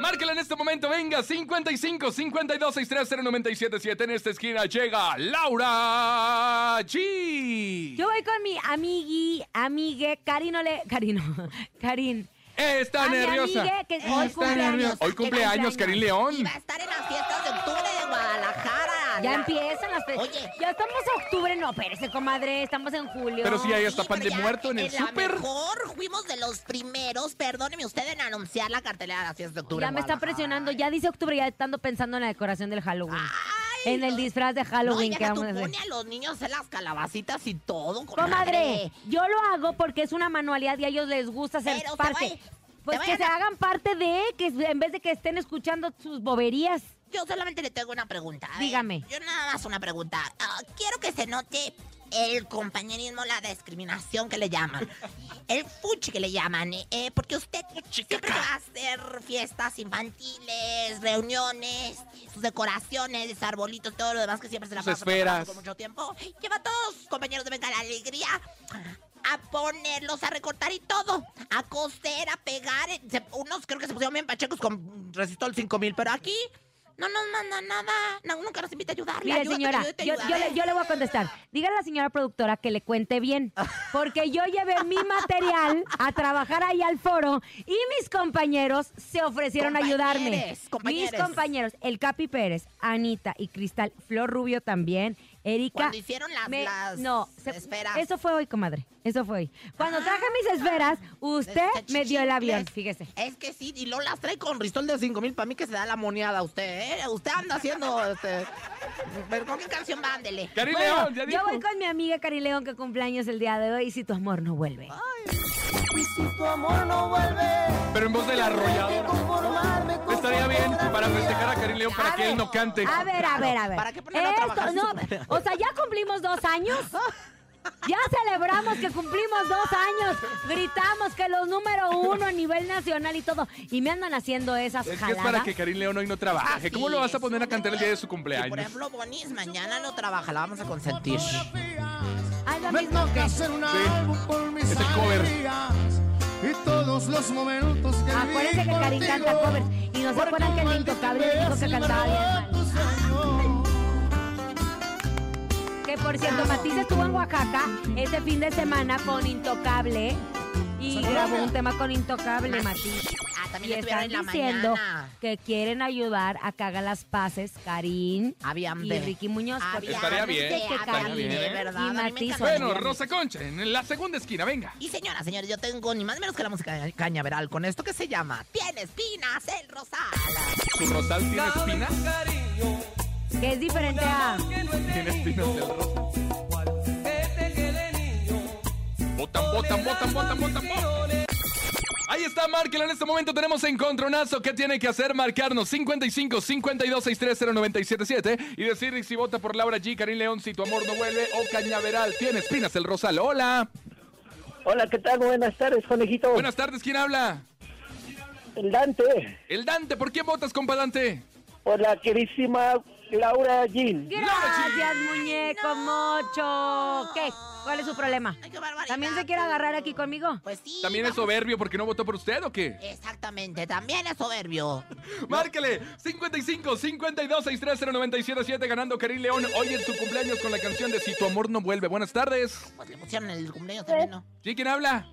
[SPEAKER 5] Márquela en este momento, venga, 55 52 630 977 En esta esquina llega Laura G.
[SPEAKER 3] Yo voy con mi amigui, amigue, Karino le. Karino, Karin.
[SPEAKER 5] Está
[SPEAKER 3] a mi
[SPEAKER 5] nerviosa.
[SPEAKER 3] amigue que hoy
[SPEAKER 4] Está
[SPEAKER 3] cumpleaños.
[SPEAKER 4] nerviosa.
[SPEAKER 5] Hoy cumpleaños, Karin León.
[SPEAKER 4] Y va a estar en las fiestas de octubre de Guadalajara.
[SPEAKER 3] Ya
[SPEAKER 4] La-
[SPEAKER 3] empiezan las fe-
[SPEAKER 4] Oye.
[SPEAKER 3] Ya estamos a octubre, no, espérese, comadre, estamos en julio.
[SPEAKER 5] Pero sí hay hasta
[SPEAKER 4] Sí,
[SPEAKER 5] pan
[SPEAKER 4] pero
[SPEAKER 5] de
[SPEAKER 4] ya
[SPEAKER 5] muerto en el
[SPEAKER 4] la
[SPEAKER 5] súper.
[SPEAKER 4] mejor fuimos de los primeros, perdóneme usted, en anunciar la cartelera de las fiestas de octubre.
[SPEAKER 3] Ya
[SPEAKER 4] en
[SPEAKER 3] me está
[SPEAKER 4] Guadalajara.
[SPEAKER 3] presionando, ya dice octubre, ya estando pensando en la decoración del Halloween.
[SPEAKER 4] Ay,
[SPEAKER 3] en el
[SPEAKER 4] no.
[SPEAKER 3] disfraz de Halloween
[SPEAKER 4] no,
[SPEAKER 3] que
[SPEAKER 4] y deja
[SPEAKER 3] vamos
[SPEAKER 4] tú,
[SPEAKER 3] a hacer.
[SPEAKER 4] pone a los niños a hacer las calabacitas y todo.
[SPEAKER 3] Comadre, yo lo hago porque es una manualidad y a ellos les gusta ser
[SPEAKER 4] Pero se
[SPEAKER 3] parte.
[SPEAKER 4] vaya-
[SPEAKER 3] pues
[SPEAKER 4] se
[SPEAKER 3] que
[SPEAKER 4] vayan
[SPEAKER 3] se
[SPEAKER 4] a-
[SPEAKER 3] hagan parte de, que en vez de que estén escuchando sus boberías.
[SPEAKER 4] Yo solamente le tengo una pregunta. A ver,
[SPEAKER 3] Dígame.
[SPEAKER 4] Yo nada más una pregunta. Ah, quiero que se note el compañerismo, la discriminación que le llaman. El fuchi que le llaman. eh, eh, porque usted siempre va a hacer fiestas infantiles, reuniones, sus decoraciones, sus arbolitos, todo lo demás que siempre se la
[SPEAKER 5] Sus
[SPEAKER 4] pasa trabajando
[SPEAKER 5] esferas.
[SPEAKER 4] con mucho tiempo. Lleva a todos sus compañeros de Venga la Alegría a ponerlos a recortar y todo, a coser, a pegar. eh, se- unos creo que se pusieron bien pachecos con resistol 5000, pero aquí no nos manda nada. No, nunca nos invita a ayudar.
[SPEAKER 3] Mire, señora, yo, yo le, yo le voy a contestar. Dígale a la señora productora que le cuente bien, porque yo llevé mi material a trabajar ahí al foro y mis compañeros se ofrecieron a ayudarme.
[SPEAKER 4] Compañeres, compañeres.
[SPEAKER 3] Mis compañeros, el Capi Pérez, Anita y Cristal, Flor Rubio también, Erika.
[SPEAKER 4] Cuando hicieron las- las
[SPEAKER 3] no, se-
[SPEAKER 4] esferas.
[SPEAKER 3] Eso fue hoy, comadre. Eso fue hoy. Cuando traje mis esferas, usted me dio el avión, fíjese.
[SPEAKER 4] Es que sí, y Lola las trae con Ristol de 5000. Para mí que se da la moniada a usted, ¿eh? Usted anda haciendo. Este... Pero con qué canción va, ándele.
[SPEAKER 5] Cari
[SPEAKER 3] Bueno,
[SPEAKER 5] León, ya
[SPEAKER 3] yo
[SPEAKER 5] dijo.
[SPEAKER 3] voy con mi amiga Cari León que cumpleaños el día de hoy y si tu amor no vuelve.
[SPEAKER 5] Pero en voz de la arrolladora. Estaría bien para festejar a Karim León para
[SPEAKER 3] A
[SPEAKER 5] que él
[SPEAKER 3] ver,
[SPEAKER 5] no cante.
[SPEAKER 3] A ver, a ver, a ver.
[SPEAKER 4] ¿Para qué ponerlo a trabajar
[SPEAKER 3] no,
[SPEAKER 4] si se-
[SPEAKER 3] o sea, ya cumplimos dos años. Ya celebramos que cumplimos dos años. Gritamos que los número uno a nivel nacional y todo. Y me andan haciendo esas
[SPEAKER 5] Es que es
[SPEAKER 3] jaladas.
[SPEAKER 5] para que Karim León hoy no trabaje.
[SPEAKER 4] Así
[SPEAKER 5] ¿Cómo lo vas a
[SPEAKER 4] es.
[SPEAKER 5] poner a cantar el día de su
[SPEAKER 4] Si, por
[SPEAKER 5] cumpleaños?
[SPEAKER 4] ejemplo, Bonis mañana no trabaja, la vamos a consentir.
[SPEAKER 3] Ay, lo mismo que... Este
[SPEAKER 5] Es el cover.
[SPEAKER 3] Acuérdense que Karim canta covers. Y no se acuerdan que el intocable dijo que cantaba bien
[SPEAKER 6] pues
[SPEAKER 3] mal. Que por cierto, Matiz estuvo en Oaxaca este fin de semana con Intocable. Y grabó un tema con Intocable, Matiz.
[SPEAKER 4] Ah,
[SPEAKER 3] Y
[SPEAKER 4] también estuvieron
[SPEAKER 3] están
[SPEAKER 4] en la
[SPEAKER 3] diciendo
[SPEAKER 4] mañana.
[SPEAKER 3] que quieren ayudar a que haga las paces Karim
[SPEAKER 4] Habían
[SPEAKER 3] y
[SPEAKER 4] de-
[SPEAKER 3] Ricky Muñoz. porque
[SPEAKER 5] Estaría
[SPEAKER 3] hablan de
[SPEAKER 5] bien,
[SPEAKER 3] que
[SPEAKER 5] estaría
[SPEAKER 3] Karim
[SPEAKER 5] bien, ¿eh?
[SPEAKER 4] de verdad. a mí me
[SPEAKER 3] Matiz
[SPEAKER 4] encanta.
[SPEAKER 5] Bueno,
[SPEAKER 3] Bien.
[SPEAKER 5] Rosa Concha, en la segunda esquina, venga.
[SPEAKER 4] Y señora, señores, yo tengo ni más ni menos que la música de cañaveral con esto que se llama Tiene espinas el rosal.
[SPEAKER 5] ¿Tu rosal tiene espinas?
[SPEAKER 3] Que es diferente a...
[SPEAKER 5] Tiene espinas del rosal. Botan, botan, botan, botan, botan, botan. Ahí está, márquela. En este momento tenemos encontronazo. ¿Qué tiene que hacer? Marcarnos 55 52 63 0977 y decir si vota por Laura G, Karim León, si tu amor no vuelve o Cañaveral. Tiene espinas el rosal. Hola.
[SPEAKER 7] Hola, ¿qué tal? Buenas tardes, conejito.
[SPEAKER 5] Buenas tardes, ¿quién habla?
[SPEAKER 7] El Dante,
[SPEAKER 5] El Dante, ¿por qué votas, compa Dante?
[SPEAKER 7] por la querísima Laura Jean.
[SPEAKER 3] Gracias, muñeco mocho. ¿Qué? ¿Cuál es su problema?
[SPEAKER 4] Ay, qué barbaridad.
[SPEAKER 3] ¿También se quiere agarrar aquí conmigo?
[SPEAKER 4] Pues sí.
[SPEAKER 5] ¿También es
[SPEAKER 4] vamos.
[SPEAKER 5] soberbio porque no votó por usted o qué?
[SPEAKER 4] Exactamente, también es soberbio.
[SPEAKER 5] Márquele 55 52 63 0977 ganando Karim León hoy en su cumpleaños con la canción de Si tu amor no vuelve. Buenas tardes.
[SPEAKER 4] Pues le pusieron el cumpleaños también, ¿no?
[SPEAKER 5] ¿Sí quién habla?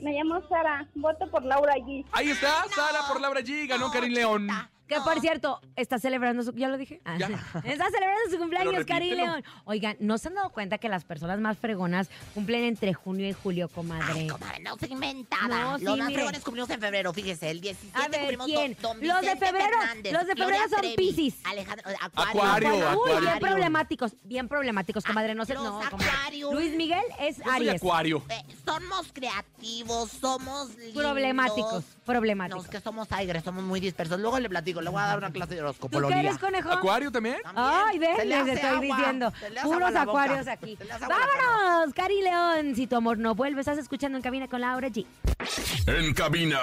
[SPEAKER 10] Me llamo Sara, voto por Laura allí.
[SPEAKER 5] Ahí está, Sara por Laura G, ganó
[SPEAKER 4] No,
[SPEAKER 5] Karim León.
[SPEAKER 4] chiquita.
[SPEAKER 3] Que por cierto, está celebrando su. ¿Ya lo dije? Ah,
[SPEAKER 5] Ya.
[SPEAKER 3] Está celebrando su cumpleaños,
[SPEAKER 5] Pero
[SPEAKER 3] Cari
[SPEAKER 5] repítelo.
[SPEAKER 3] León. Oigan, ¿no se han dado cuenta que las personas más fregonas cumplen entre junio y julio, comadre?
[SPEAKER 4] Ay, comadre, no segmentada.
[SPEAKER 3] No, sí,
[SPEAKER 4] los más
[SPEAKER 3] mire.
[SPEAKER 4] fregones cumplimos en febrero, fíjese, el 17
[SPEAKER 3] A ver,
[SPEAKER 4] cumplimos
[SPEAKER 3] ¿quién?
[SPEAKER 4] don- don
[SPEAKER 3] Los de
[SPEAKER 4] Vicente
[SPEAKER 3] febrero,
[SPEAKER 4] Fernández,
[SPEAKER 3] los de
[SPEAKER 4] Gloria
[SPEAKER 3] febrero son
[SPEAKER 4] Trevi,
[SPEAKER 3] piscis.
[SPEAKER 4] Alejandro, eh,
[SPEAKER 5] Acuario,
[SPEAKER 4] Acuario.
[SPEAKER 5] acuario.
[SPEAKER 3] Uy, bien problemáticos, bien problemáticos, comadre. No sé,
[SPEAKER 4] Los
[SPEAKER 3] no, comadre.
[SPEAKER 4] Acuario.
[SPEAKER 3] Luis Miguel es
[SPEAKER 5] Yo soy
[SPEAKER 3] Aries.
[SPEAKER 5] acuario.
[SPEAKER 4] Eh, somos creativos, somos lindos.
[SPEAKER 3] Problemáticos,
[SPEAKER 4] No,
[SPEAKER 3] problemáticos.
[SPEAKER 4] es que somos aire, somos muy dispersos. Luego le platico, le voy a dar una clase
[SPEAKER 3] ¿Tú
[SPEAKER 4] de
[SPEAKER 3] qué
[SPEAKER 4] horoscopología.
[SPEAKER 3] eres, conejo?
[SPEAKER 5] ¿Acuario también?
[SPEAKER 4] También.
[SPEAKER 3] Ay, ven,
[SPEAKER 4] Se le
[SPEAKER 3] les
[SPEAKER 4] hace
[SPEAKER 3] estoy
[SPEAKER 4] agua,
[SPEAKER 3] diciendo.
[SPEAKER 4] se le hace agua
[SPEAKER 3] Puros
[SPEAKER 4] la boca,
[SPEAKER 3] acuarios aquí.
[SPEAKER 4] se le hace agua la boca.
[SPEAKER 3] ¡Vámonos, Cari León! Si tu amor no vuelve, estás escuchando en cabina con Laura G.
[SPEAKER 6] En cabina,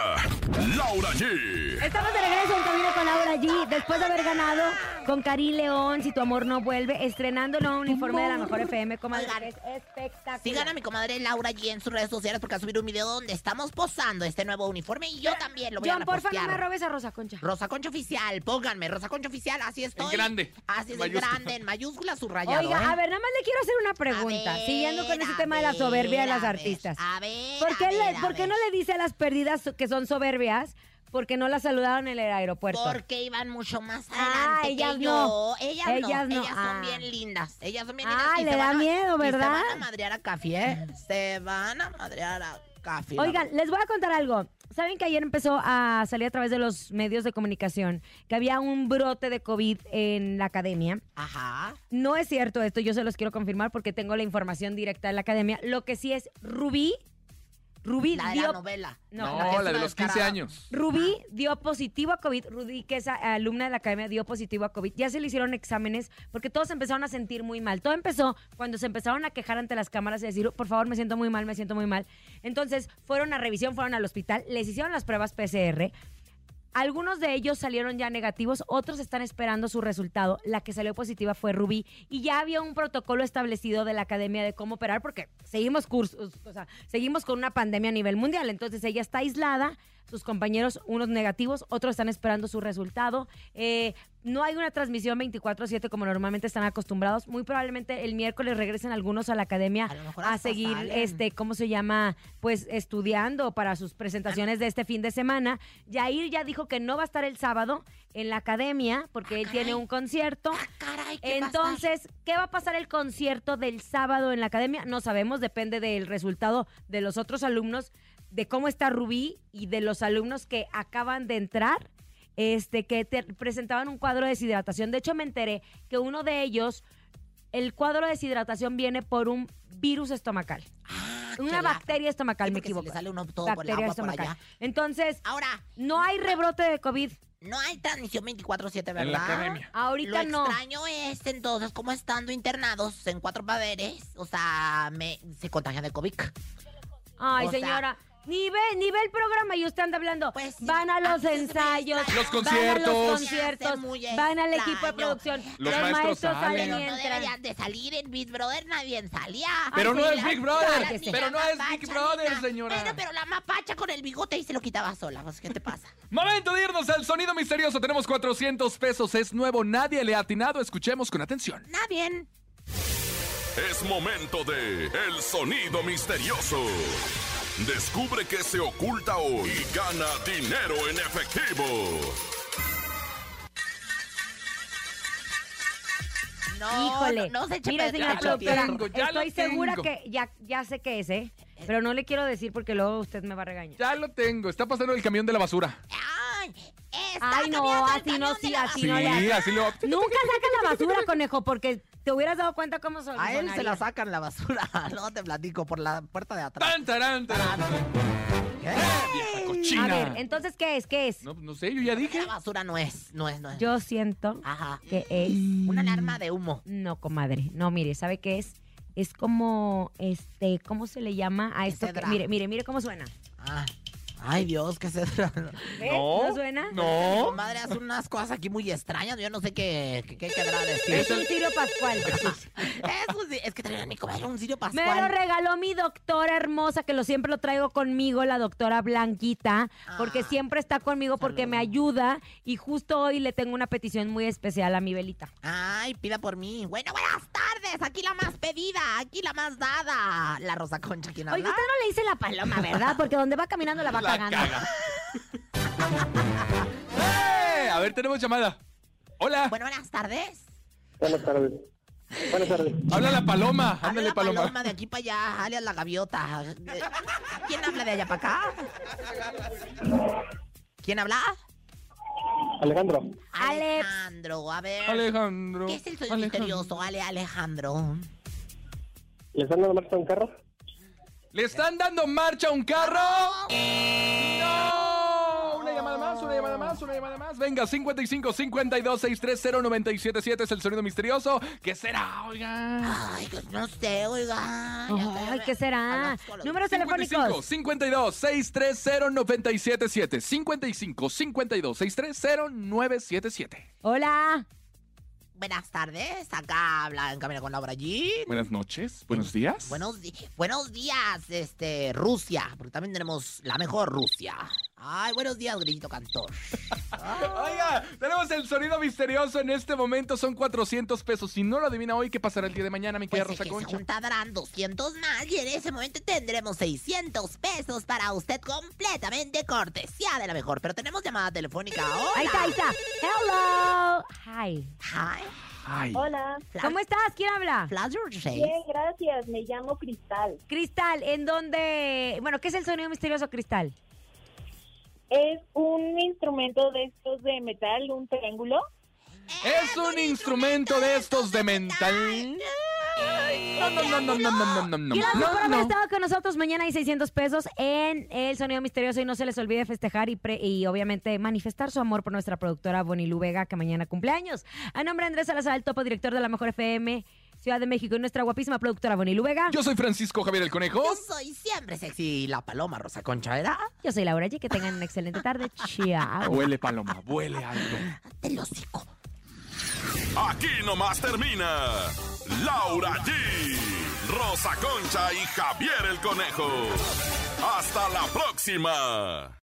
[SPEAKER 6] Laura G.
[SPEAKER 3] Estamos de regreso en Camino con Laura G. Después de haber ganado con Cari León, Si tu amor no vuelve, estrenando el nuevo uniforme de la mejor FM, comadre.
[SPEAKER 4] Oigan,
[SPEAKER 3] que Es espectacular.
[SPEAKER 4] Sigan a mi comadre Laura G en sus redes sociales porque ha subido un video donde estamos posando este nuevo uniforme y yo también lo voy
[SPEAKER 3] John,
[SPEAKER 4] a
[SPEAKER 3] porfa, no
[SPEAKER 4] repostear.
[SPEAKER 3] me robes a Rosa Concha.
[SPEAKER 4] Rosa Concha Oficial, pónganme, Rosa Concha Oficial, así estoy.
[SPEAKER 5] grande,
[SPEAKER 4] Así es,
[SPEAKER 5] en
[SPEAKER 4] en
[SPEAKER 5] mayúscula.
[SPEAKER 4] grande, en mayúscula, subrayado.
[SPEAKER 3] Oiga,
[SPEAKER 4] ¿eh?
[SPEAKER 3] a ver, nada más le quiero hacer una pregunta,
[SPEAKER 4] A ver,
[SPEAKER 3] siguiendo con ese
[SPEAKER 4] a
[SPEAKER 3] tema de la
[SPEAKER 4] ver,
[SPEAKER 3] soberbia de las
[SPEAKER 4] a ver,
[SPEAKER 3] artistas.
[SPEAKER 4] A ver,
[SPEAKER 3] ¿Por qué,
[SPEAKER 4] a
[SPEAKER 3] le-
[SPEAKER 4] ver, a
[SPEAKER 3] por qué
[SPEAKER 4] ver.
[SPEAKER 3] no le dice a las perdidas que son soberbias porque no las saludaron en el aeropuerto?
[SPEAKER 4] Porque iban mucho más
[SPEAKER 3] Ah,
[SPEAKER 4] adelante que
[SPEAKER 3] ellas
[SPEAKER 4] yo.
[SPEAKER 3] no.
[SPEAKER 4] Ellas,
[SPEAKER 3] Ellas
[SPEAKER 4] no.
[SPEAKER 3] no,
[SPEAKER 4] Ellas
[SPEAKER 3] ah.
[SPEAKER 4] son bien lindas. Ellas son bien
[SPEAKER 3] Ah,
[SPEAKER 4] lindas. y
[SPEAKER 3] le
[SPEAKER 4] se
[SPEAKER 3] da
[SPEAKER 4] van a-
[SPEAKER 3] miedo, ¿verdad?
[SPEAKER 4] Y se van a madrear a Café, ¿eh? Se van a madrear a Café. la
[SPEAKER 3] Oigan, les voy a contar algo. Saben que ayer empezó a salir a través de los medios de comunicación que había un brote de COVID en la academia.
[SPEAKER 4] Ajá.
[SPEAKER 3] No es cierto esto, yo se los quiero confirmar porque tengo la información directa de la academia. Lo que sí es Rubí, Rubí
[SPEAKER 4] La de la
[SPEAKER 3] dio,
[SPEAKER 4] novela.
[SPEAKER 3] No,
[SPEAKER 5] No,
[SPEAKER 4] que es
[SPEAKER 5] la de
[SPEAKER 4] una
[SPEAKER 5] los 15
[SPEAKER 4] descarada.
[SPEAKER 5] años.
[SPEAKER 3] Rubí dio positivo a COVID. Rubí, que es a- alumna de la academia, dio positivo a COVID. Ya se le hicieron exámenes porque todos empezaron a sentir muy mal. Todo empezó cuando se empezaron a quejar ante las cámaras y decir, por favor, me siento muy mal, me siento muy mal. Entonces fueron a revisión, fueron al hospital, les hicieron las pruebas PCR. Algunos de ellos salieron ya negativos, otros están esperando su resultado. La que salió positiva fue Rubí y ya había un protocolo establecido de la academia de cómo operar porque seguimos cursos, o sea, seguimos con una pandemia a nivel mundial. Entonces ella está aislada, sus compañeros, unos negativos, otros están esperando su resultado. Eh, no hay una transmisión 24-7 como normalmente están acostumbrados. Muy probablemente el miércoles regresen algunos a la academia
[SPEAKER 4] A lo mejor
[SPEAKER 3] a
[SPEAKER 4] hasta
[SPEAKER 3] seguir,
[SPEAKER 4] salen.
[SPEAKER 3] este, ¿cómo se llama? Pues estudiando para sus presentaciones de este fin de semana. Yair ya dijo que no va a estar el sábado en la academia porque
[SPEAKER 4] Ah,
[SPEAKER 3] él tiene un concierto.
[SPEAKER 4] Caray, ¿qué va a estar?
[SPEAKER 3] Entonces, ¿qué va a pasar el concierto del sábado en la academia? No sabemos, depende del resultado de los otros alumnos, de cómo está Rubí y de los alumnos que acaban de entrar, este, que te- presentaban un cuadro de deshidratación. De hecho, me enteré que uno de ellos, el cuadro de deshidratación viene por un virus estomacal,
[SPEAKER 4] Ah,
[SPEAKER 3] una
[SPEAKER 4] que la-
[SPEAKER 3] bacteria estomacal,
[SPEAKER 4] Sí,
[SPEAKER 3] me
[SPEAKER 4] porque si
[SPEAKER 3] equivoco.
[SPEAKER 4] le sale uno todo por el
[SPEAKER 3] bacteria
[SPEAKER 4] agua por
[SPEAKER 3] estomacal.
[SPEAKER 4] allá.
[SPEAKER 3] Entonces,
[SPEAKER 4] Ahora,
[SPEAKER 3] no hay rebrote de COVID.
[SPEAKER 4] no hay transmisión 24-7, ¿verdad?
[SPEAKER 5] En la academia.
[SPEAKER 3] Ahorita
[SPEAKER 4] Lo
[SPEAKER 3] no.
[SPEAKER 4] extraño es entonces como estando internados en cuatro paveres, o sea, me, se contagian de COVID.
[SPEAKER 3] Ay,
[SPEAKER 4] O sea-
[SPEAKER 3] señora. Ni ve, ni ve el programa y usted anda hablando.
[SPEAKER 4] Pues sí,
[SPEAKER 3] van a los
[SPEAKER 4] así es muy
[SPEAKER 3] ensayos,
[SPEAKER 4] extraño.
[SPEAKER 5] Los
[SPEAKER 3] van a los
[SPEAKER 5] conciertos.
[SPEAKER 3] conciertos,
[SPEAKER 4] Se muy
[SPEAKER 3] van al
[SPEAKER 4] extraño.
[SPEAKER 3] equipo de producción.
[SPEAKER 5] Los maestros salen.
[SPEAKER 3] y
[SPEAKER 4] Pero no
[SPEAKER 3] entran.
[SPEAKER 4] deberían de salir en Big Brother, nadie salía.
[SPEAKER 5] Pero
[SPEAKER 3] Ay,
[SPEAKER 5] no
[SPEAKER 3] sí,
[SPEAKER 5] es
[SPEAKER 3] la-
[SPEAKER 5] Big
[SPEAKER 3] claro que
[SPEAKER 5] Brother.
[SPEAKER 3] sí.
[SPEAKER 5] Pero no
[SPEAKER 4] La
[SPEAKER 5] es Big
[SPEAKER 4] mapacha,
[SPEAKER 5] Brother,
[SPEAKER 4] nena. Bueno,
[SPEAKER 5] señora.
[SPEAKER 4] pero la mapacha con el bigote y se lo quitaba sola. Pues, ¿qué te pasa?
[SPEAKER 5] Momento de irnos al sonido misterioso. Tenemos 400 pesos. Es nuevo. Nadie le ha atinado. Escuchemos con atención.
[SPEAKER 4] Nada bien.
[SPEAKER 6] Es momento de El Sonido Misterioso. Descubre qué se oculta hoy y gana dinero en efectivo.
[SPEAKER 4] No,
[SPEAKER 3] Híjole.
[SPEAKER 4] no, no se eche
[SPEAKER 3] Mira,
[SPEAKER 4] pedra
[SPEAKER 3] señora
[SPEAKER 4] a la
[SPEAKER 3] productora,
[SPEAKER 4] tierra.
[SPEAKER 5] tengo, ya lo
[SPEAKER 3] estoy segura
[SPEAKER 5] tengo.
[SPEAKER 3] que ya, ya sé qué es, ¿eh? Pero no le quiero decir porque luego usted me va a regañar.
[SPEAKER 5] Ya lo tengo. Está pasando el camión de la basura.
[SPEAKER 4] Ay, está
[SPEAKER 3] Ay, no,
[SPEAKER 4] cambiando el
[SPEAKER 3] así no,
[SPEAKER 4] camión de
[SPEAKER 3] sí,
[SPEAKER 4] la
[SPEAKER 3] así
[SPEAKER 5] Sí,
[SPEAKER 3] no le hace.
[SPEAKER 5] así lo.
[SPEAKER 3] Nunca saca la basura, conejo, porque te hubieras dado cuenta cómo son.
[SPEAKER 4] A él se la sacan la basura. Luego te platico por la puerta de atrás. Ah,
[SPEAKER 5] Tan, tarán, tarán.
[SPEAKER 4] ¿Qué?
[SPEAKER 5] Vieja
[SPEAKER 3] A
[SPEAKER 5] cochina.
[SPEAKER 3] ver, entonces, ¿qué es? ¿Qué es?
[SPEAKER 5] No, no sé, yo ya dije.
[SPEAKER 4] La basura no es, no es, no es.
[SPEAKER 3] Yo siento
[SPEAKER 4] Ajá.
[SPEAKER 3] que es...
[SPEAKER 4] Una alarma de humo.
[SPEAKER 3] No, comadre. No, mire, ¿sabe qué es? Es como, este, ¿cómo se le llama a esto? que-
[SPEAKER 4] Cedra.
[SPEAKER 3] mire, mire, mire cómo suena.
[SPEAKER 4] Ah. Ay, Dios, qué se...
[SPEAKER 3] ¿Ve?
[SPEAKER 5] No,
[SPEAKER 3] ¿No suena?
[SPEAKER 5] No.
[SPEAKER 4] Madre, hace unas cosas aquí muy extrañas. Yo no sé qué, qué, qué querrá decir.
[SPEAKER 3] Es un tiro pascual.
[SPEAKER 4] Eso sí, es que traía mi comadre un sirio
[SPEAKER 3] Me
[SPEAKER 4] pascual.
[SPEAKER 3] lo regaló mi doctora hermosa, que lo siempre lo traigo conmigo, la doctora Blanquita, porque
[SPEAKER 4] Ah.
[SPEAKER 3] siempre está conmigo porque me ayuda y justo hoy le tengo una petición muy especial a mi velita.
[SPEAKER 4] Ay, pida por mí. Bueno, buenas tardes. Aquí la más pedida, aquí la más dada. La Rosa Concha, ¿quién
[SPEAKER 3] Oye,
[SPEAKER 4] habla?
[SPEAKER 3] usted no le dice la paloma, ¿verdad? Porque donde va caminando la va
[SPEAKER 5] La
[SPEAKER 3] cagando.
[SPEAKER 5] caga. ¡Eh! A ver, tenemos llamada. Hola.
[SPEAKER 4] Bueno, buenas tardes.
[SPEAKER 7] Buenas tardes. Buenas tardes.
[SPEAKER 5] Habla la paloma.
[SPEAKER 4] Habla
[SPEAKER 5] Ándale,
[SPEAKER 4] la paloma.
[SPEAKER 5] paloma.
[SPEAKER 4] de aquí para allá, alias la gaviota. Eh, ¿Quién habla de allá para acá? ¿Quién habla?
[SPEAKER 7] Alejandro.
[SPEAKER 3] Alex.
[SPEAKER 4] Alejandro, a ver.
[SPEAKER 5] Alejandro.
[SPEAKER 4] ¿Qué es el sonido
[SPEAKER 5] Alejandro.
[SPEAKER 4] misterioso? Ale, Alejandro.
[SPEAKER 7] ¿Les dan la marcha a un carro?
[SPEAKER 5] ¿Le están dando marcha a un carro? ¡No! Una llamada más, una llamada más, una llamada más. Venga, 55 52 630 977 es el sonido misterioso. ¿Qué será? Oiga.
[SPEAKER 4] Ay, pues no sé, oiga. Ya sé,
[SPEAKER 3] Ay,
[SPEAKER 4] me-
[SPEAKER 3] ¿qué será?
[SPEAKER 4] Hablamos con los-
[SPEAKER 3] Números
[SPEAKER 5] 55
[SPEAKER 3] telefónicos.
[SPEAKER 5] 52 630 977 55 52 630 977
[SPEAKER 3] Hola.
[SPEAKER 4] Buenas tardes, acá habla en Camino con Laura G.
[SPEAKER 5] Buenas noches, buenos días.
[SPEAKER 4] Buenos, di- buenos días, este, Rusia, porque también tenemos la mejor Rusia. Ay, buenos días, grillito cantor.
[SPEAKER 5] Oiga, tenemos el sonido misterioso en este momento, son 400 pesos. Si no lo adivina hoy, ¿qué pasará el día de mañana, mi
[SPEAKER 4] Pues
[SPEAKER 5] querida
[SPEAKER 4] es que
[SPEAKER 5] Rosa
[SPEAKER 4] se
[SPEAKER 5] Concha?
[SPEAKER 4] juntarán 200 más y en ese momento tendremos 600 pesos para usted completamente cortesía de la mejor. Pero tenemos llamada telefónica ahora.
[SPEAKER 3] Ahí está, ahí está. Hello. Hi.
[SPEAKER 4] Hi,
[SPEAKER 5] Ay,
[SPEAKER 10] Hola.
[SPEAKER 4] Fla-
[SPEAKER 3] ¿Cómo estás? ¿Quién habla?
[SPEAKER 4] Flash your
[SPEAKER 10] Bien,
[SPEAKER 4] face.
[SPEAKER 10] gracias. Me llamo Cristal.
[SPEAKER 3] Cristal, ¿en dónde? Bueno, ¿qué es el sonido misterioso, Cristal?
[SPEAKER 10] Es un instrumento de estos de metal, un triángulo.
[SPEAKER 5] es un instrumento de estos de mental. No, no, no, no, no, no, no, no,
[SPEAKER 3] Gracias por haber
[SPEAKER 5] no, no.
[SPEAKER 3] estado con nosotros. Mañana hay 600 pesos en El Sonido Misterioso y no se les olvide festejar y, pre- y obviamente manifestar su amor por nuestra productora Bonnie Lu Vega que mañana cumpleaños. A nombre de Andrés Salazar, el topo director de la Mejor FM, Ciudad de México y nuestra guapísima productora Bonnie Vega.
[SPEAKER 5] Yo soy Francisco Javier el Conejo.
[SPEAKER 4] Yo soy siempre sexy la paloma Rosa Concha, ¿verdad?
[SPEAKER 3] Yo soy Laura G. Que tengan una excelente tarde. Chao.
[SPEAKER 5] Huele paloma, huele algo.
[SPEAKER 4] Del hocico.
[SPEAKER 6] Aquí nomás termina Laura G, Rosa Concha y Javier el Conejo. Hasta la próxima.